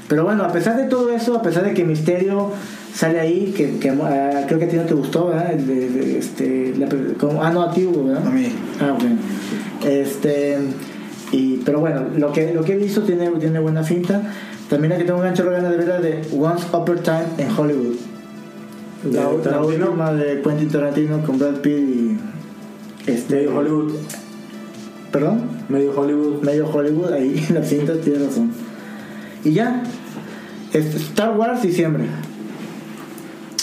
Speaker 1: pero bueno a pesar de todo eso a pesar de que Misterio sale ahí que, que, ah, creo que a ti no te gustó verdad El de- de- este la pe- como- ah no a ti Hugo, verdad
Speaker 5: A mí.
Speaker 1: ah bueno este y pero bueno lo que lo que él hizo tiene tiene buena finta también la que tengo un gancho de ganas de ver la de Once Upper Time en Hollywood
Speaker 2: ¿De
Speaker 1: la, la
Speaker 2: Tarantino?
Speaker 1: última de Quentin Tarantino con Brad Pitt y este
Speaker 2: Medio Hollywood.
Speaker 1: perdón
Speaker 2: Medio Hollywood.
Speaker 1: medio Hollywood ahí [laughs] en la cinta tiene razón y ya es- Star Wars diciembre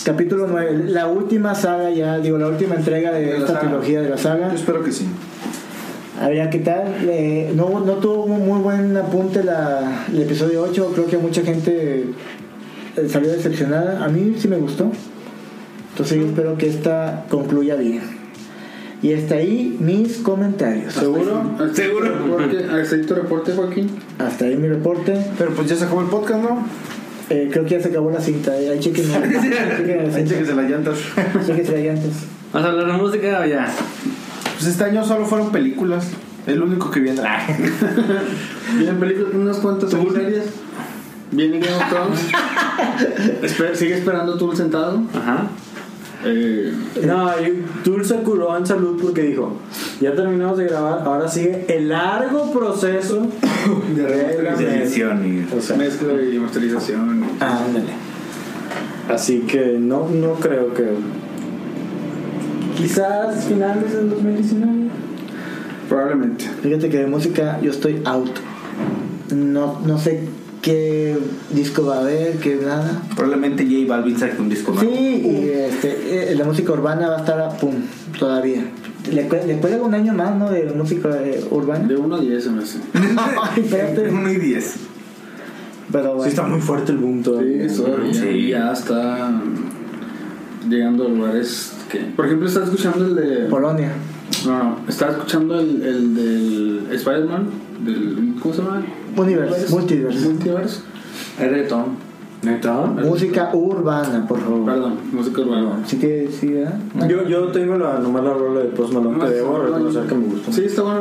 Speaker 1: capítulo 9 la última saga ya digo la última entrega de,
Speaker 5: la
Speaker 1: esta
Speaker 5: saga.
Speaker 1: trilogía de la saga
Speaker 5: Yo espero que sí.
Speaker 1: habría que tal eh, no, no tuvo un muy buen apunte la, el episodio 8 creo que mucha gente eh, salió decepcionada a mí sí me gustó entonces yo espero que esta concluya bien y hasta ahí mis comentarios
Speaker 6: ¿Seguro?
Speaker 3: ¿Seguro?
Speaker 6: ¿Acepto tu reporte, Joaquín?
Speaker 1: hasta ahí mi reporte
Speaker 5: Pero pues ya se acabó el podcast, ¿no?
Speaker 1: Eh, creo que ya se acabó la cinta. eh, Ahí chequen.
Speaker 2: [laughs]
Speaker 1: chequen la
Speaker 5: Ahí
Speaker 1: cinta.
Speaker 5: chequense las llantas.
Speaker 1: Chequen la antes.
Speaker 4: ¿Vas a hablar de música o ya?
Speaker 5: Pues este año solo fueron películas. Es lo único que viene.
Speaker 6: Ah. [laughs] Vienen películas, unas cuantas series. Viene Game of
Speaker 5: [laughs]
Speaker 6: Thrones. Espe- sigue esperando tú el sentado.
Speaker 4: Ajá.
Speaker 6: Eh,
Speaker 2: No, yo- Dulce curó en salud porque dijo, ya terminamos de grabar, ahora sigue el largo proceso de reglas.
Speaker 3: Edición y-
Speaker 2: O sea,
Speaker 6: mezcla y masterización.
Speaker 2: Ah, ándale. Así que no, no creo que... Quizás finales del 2019.
Speaker 6: Probablemente.
Speaker 1: Fíjate que de música yo estoy out. No, no sé qué disco va a haber, qué nada.
Speaker 3: Probablemente J Balvin saque un disco
Speaker 1: Sí,
Speaker 3: nuevo.
Speaker 1: y este, eh, la música urbana va a estar a pum todavía. Le, cue- le cuelga un año más, ¿no? De música eh, urbana.
Speaker 6: De 1 a 10 se me hace.
Speaker 1: [laughs] Ay, espérate.
Speaker 3: 1 y 10.
Speaker 1: Pero
Speaker 2: Sí
Speaker 1: bueno.
Speaker 2: está muy fuerte el boom
Speaker 6: Sí,
Speaker 2: todavía.
Speaker 6: eso ya-
Speaker 3: Sí.
Speaker 6: ya está mm, llegando a lugares que... Por ejemplo, estaba escuchando el de...
Speaker 1: Polonia.
Speaker 6: No, no, estaba escuchando el, el del Spider-Man, del... ¿Cómo se llama?
Speaker 1: Universe, multiverse.
Speaker 6: Multiverse. Hay reggaetón.
Speaker 2: ¿Neta?
Speaker 1: Música urbana, por favor.
Speaker 6: Perdón, música urbana.
Speaker 1: Sí, que sí, ¿verdad?
Speaker 2: Yo, yo tengo la, nomás la rola de Post Malone, te debo reconocer que me gustó.
Speaker 6: Sí, está bueno.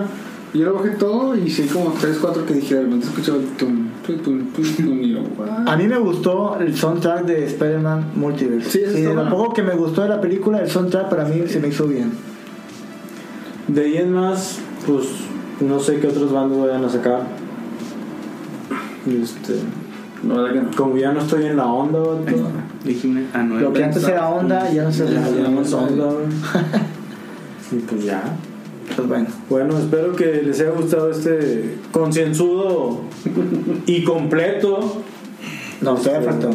Speaker 6: Yo lo bajé todo y sí, como 3, 4 que dije, de repente escuchaba el tum, tum, tum, tum, tum, y yo, "What?".
Speaker 1: A mí me gustó el soundtrack de Spider-Man Multiverse.
Speaker 6: Sí, eso
Speaker 1: y
Speaker 6: está
Speaker 1: de lo
Speaker 6: bueno.
Speaker 1: poco que me gustó de la película, el soundtrack para mí se me hizo bien.
Speaker 2: De ahí en más, pues no sé qué otros bandos vayan a sacar. Este,
Speaker 6: La verdad que no.
Speaker 2: como ya no estoy en la onda, vato,
Speaker 3: Dijime, ah, no,
Speaker 1: Lo que antes era onda, ya no se
Speaker 2: ya
Speaker 1: ya
Speaker 2: no
Speaker 1: no
Speaker 2: es
Speaker 1: es
Speaker 2: onda,
Speaker 1: onda.
Speaker 2: güey. [laughs] y pues ya.
Speaker 1: Pues bueno.
Speaker 2: Bueno, espero que les haya gustado este concienzudo y completo.
Speaker 1: No, todavía
Speaker 2: Este,
Speaker 1: faltó.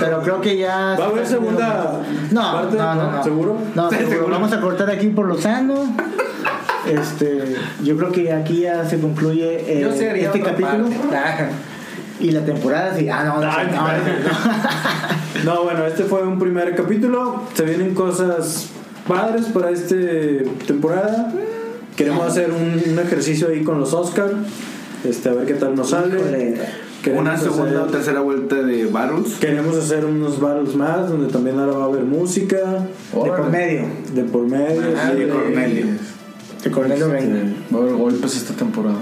Speaker 1: Pero creo que ya.
Speaker 2: ¿Va a haber segunda
Speaker 1: No,
Speaker 2: parte?
Speaker 1: no, no, no.
Speaker 2: ¿Seguro?
Speaker 1: No, seguro. Vamos a cortar aquí por lo sano. Este, yo creo que aquí ya se concluye eh,
Speaker 5: Yo sí haría
Speaker 1: este
Speaker 5: otra
Speaker 1: capítulo. Y la temporada sí. Ah, no, no,
Speaker 2: Ay,
Speaker 1: no, no,
Speaker 2: madre. No, bueno, este fue un primer capítulo. Se vienen cosas padres para esta temporada. Queremos hacer un, un ejercicio ahí con los Oscar. Este, a ver qué tal nos sale.
Speaker 1: Híjole.
Speaker 2: Queremos
Speaker 3: Una
Speaker 1: eh,
Speaker 3: segunda o
Speaker 2: hacer,
Speaker 3: tercera vuelta de Battles.
Speaker 2: queremos hacer unos battles más donde también ahora va a haber música
Speaker 1: De por medio.
Speaker 2: de por medio.
Speaker 3: Ah,
Speaker 2: sí,
Speaker 3: de Cornelio.
Speaker 1: De Cornelio Venga.
Speaker 5: Va a haber golpes esta temporada.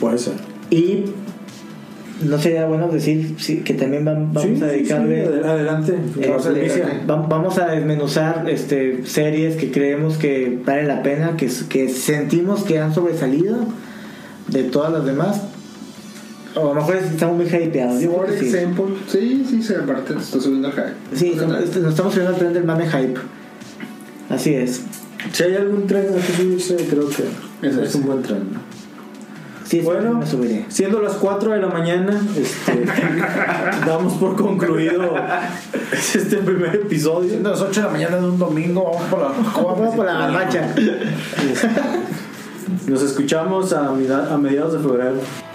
Speaker 2: Puede ser.
Speaker 1: Y no sería bueno decir sí, que también vam- vamos
Speaker 2: Sí, sí,
Speaker 1: a dedicarle.
Speaker 2: sí, adel- adelante.
Speaker 1: eh,
Speaker 2: Vamos a iniciar.
Speaker 1: vam- vamos a desmenuzar este, series que creemos que vale la pena, que, s- que sentimos que han sobresalido de todas las demás. O a lo mejor es- estamos muy hypeados. Yo
Speaker 6: Por
Speaker 1: creo que sí.
Speaker 6: ejemplo, sí, sí, se aparte, está subiendo el hype.
Speaker 1: Sí, estamos- nos estamos subiendo al tren del mame hype. Así es.
Speaker 2: Si hay algún tren a que subirse, creo que es, un buen tren. ¿no?
Speaker 1: Sí, sí,
Speaker 2: Bueno.
Speaker 1: me subiré.
Speaker 2: Siendo las 4 de la mañana,
Speaker 3: [laughs]
Speaker 2: este, damos por concluido este primer episodio.
Speaker 5: Siendo las 8 de la mañana de un domingo, vamos
Speaker 1: [laughs]
Speaker 5: por la
Speaker 1: Vamos por la garnacha.
Speaker 2: Nos escuchamos a mida- a mediados de febrero.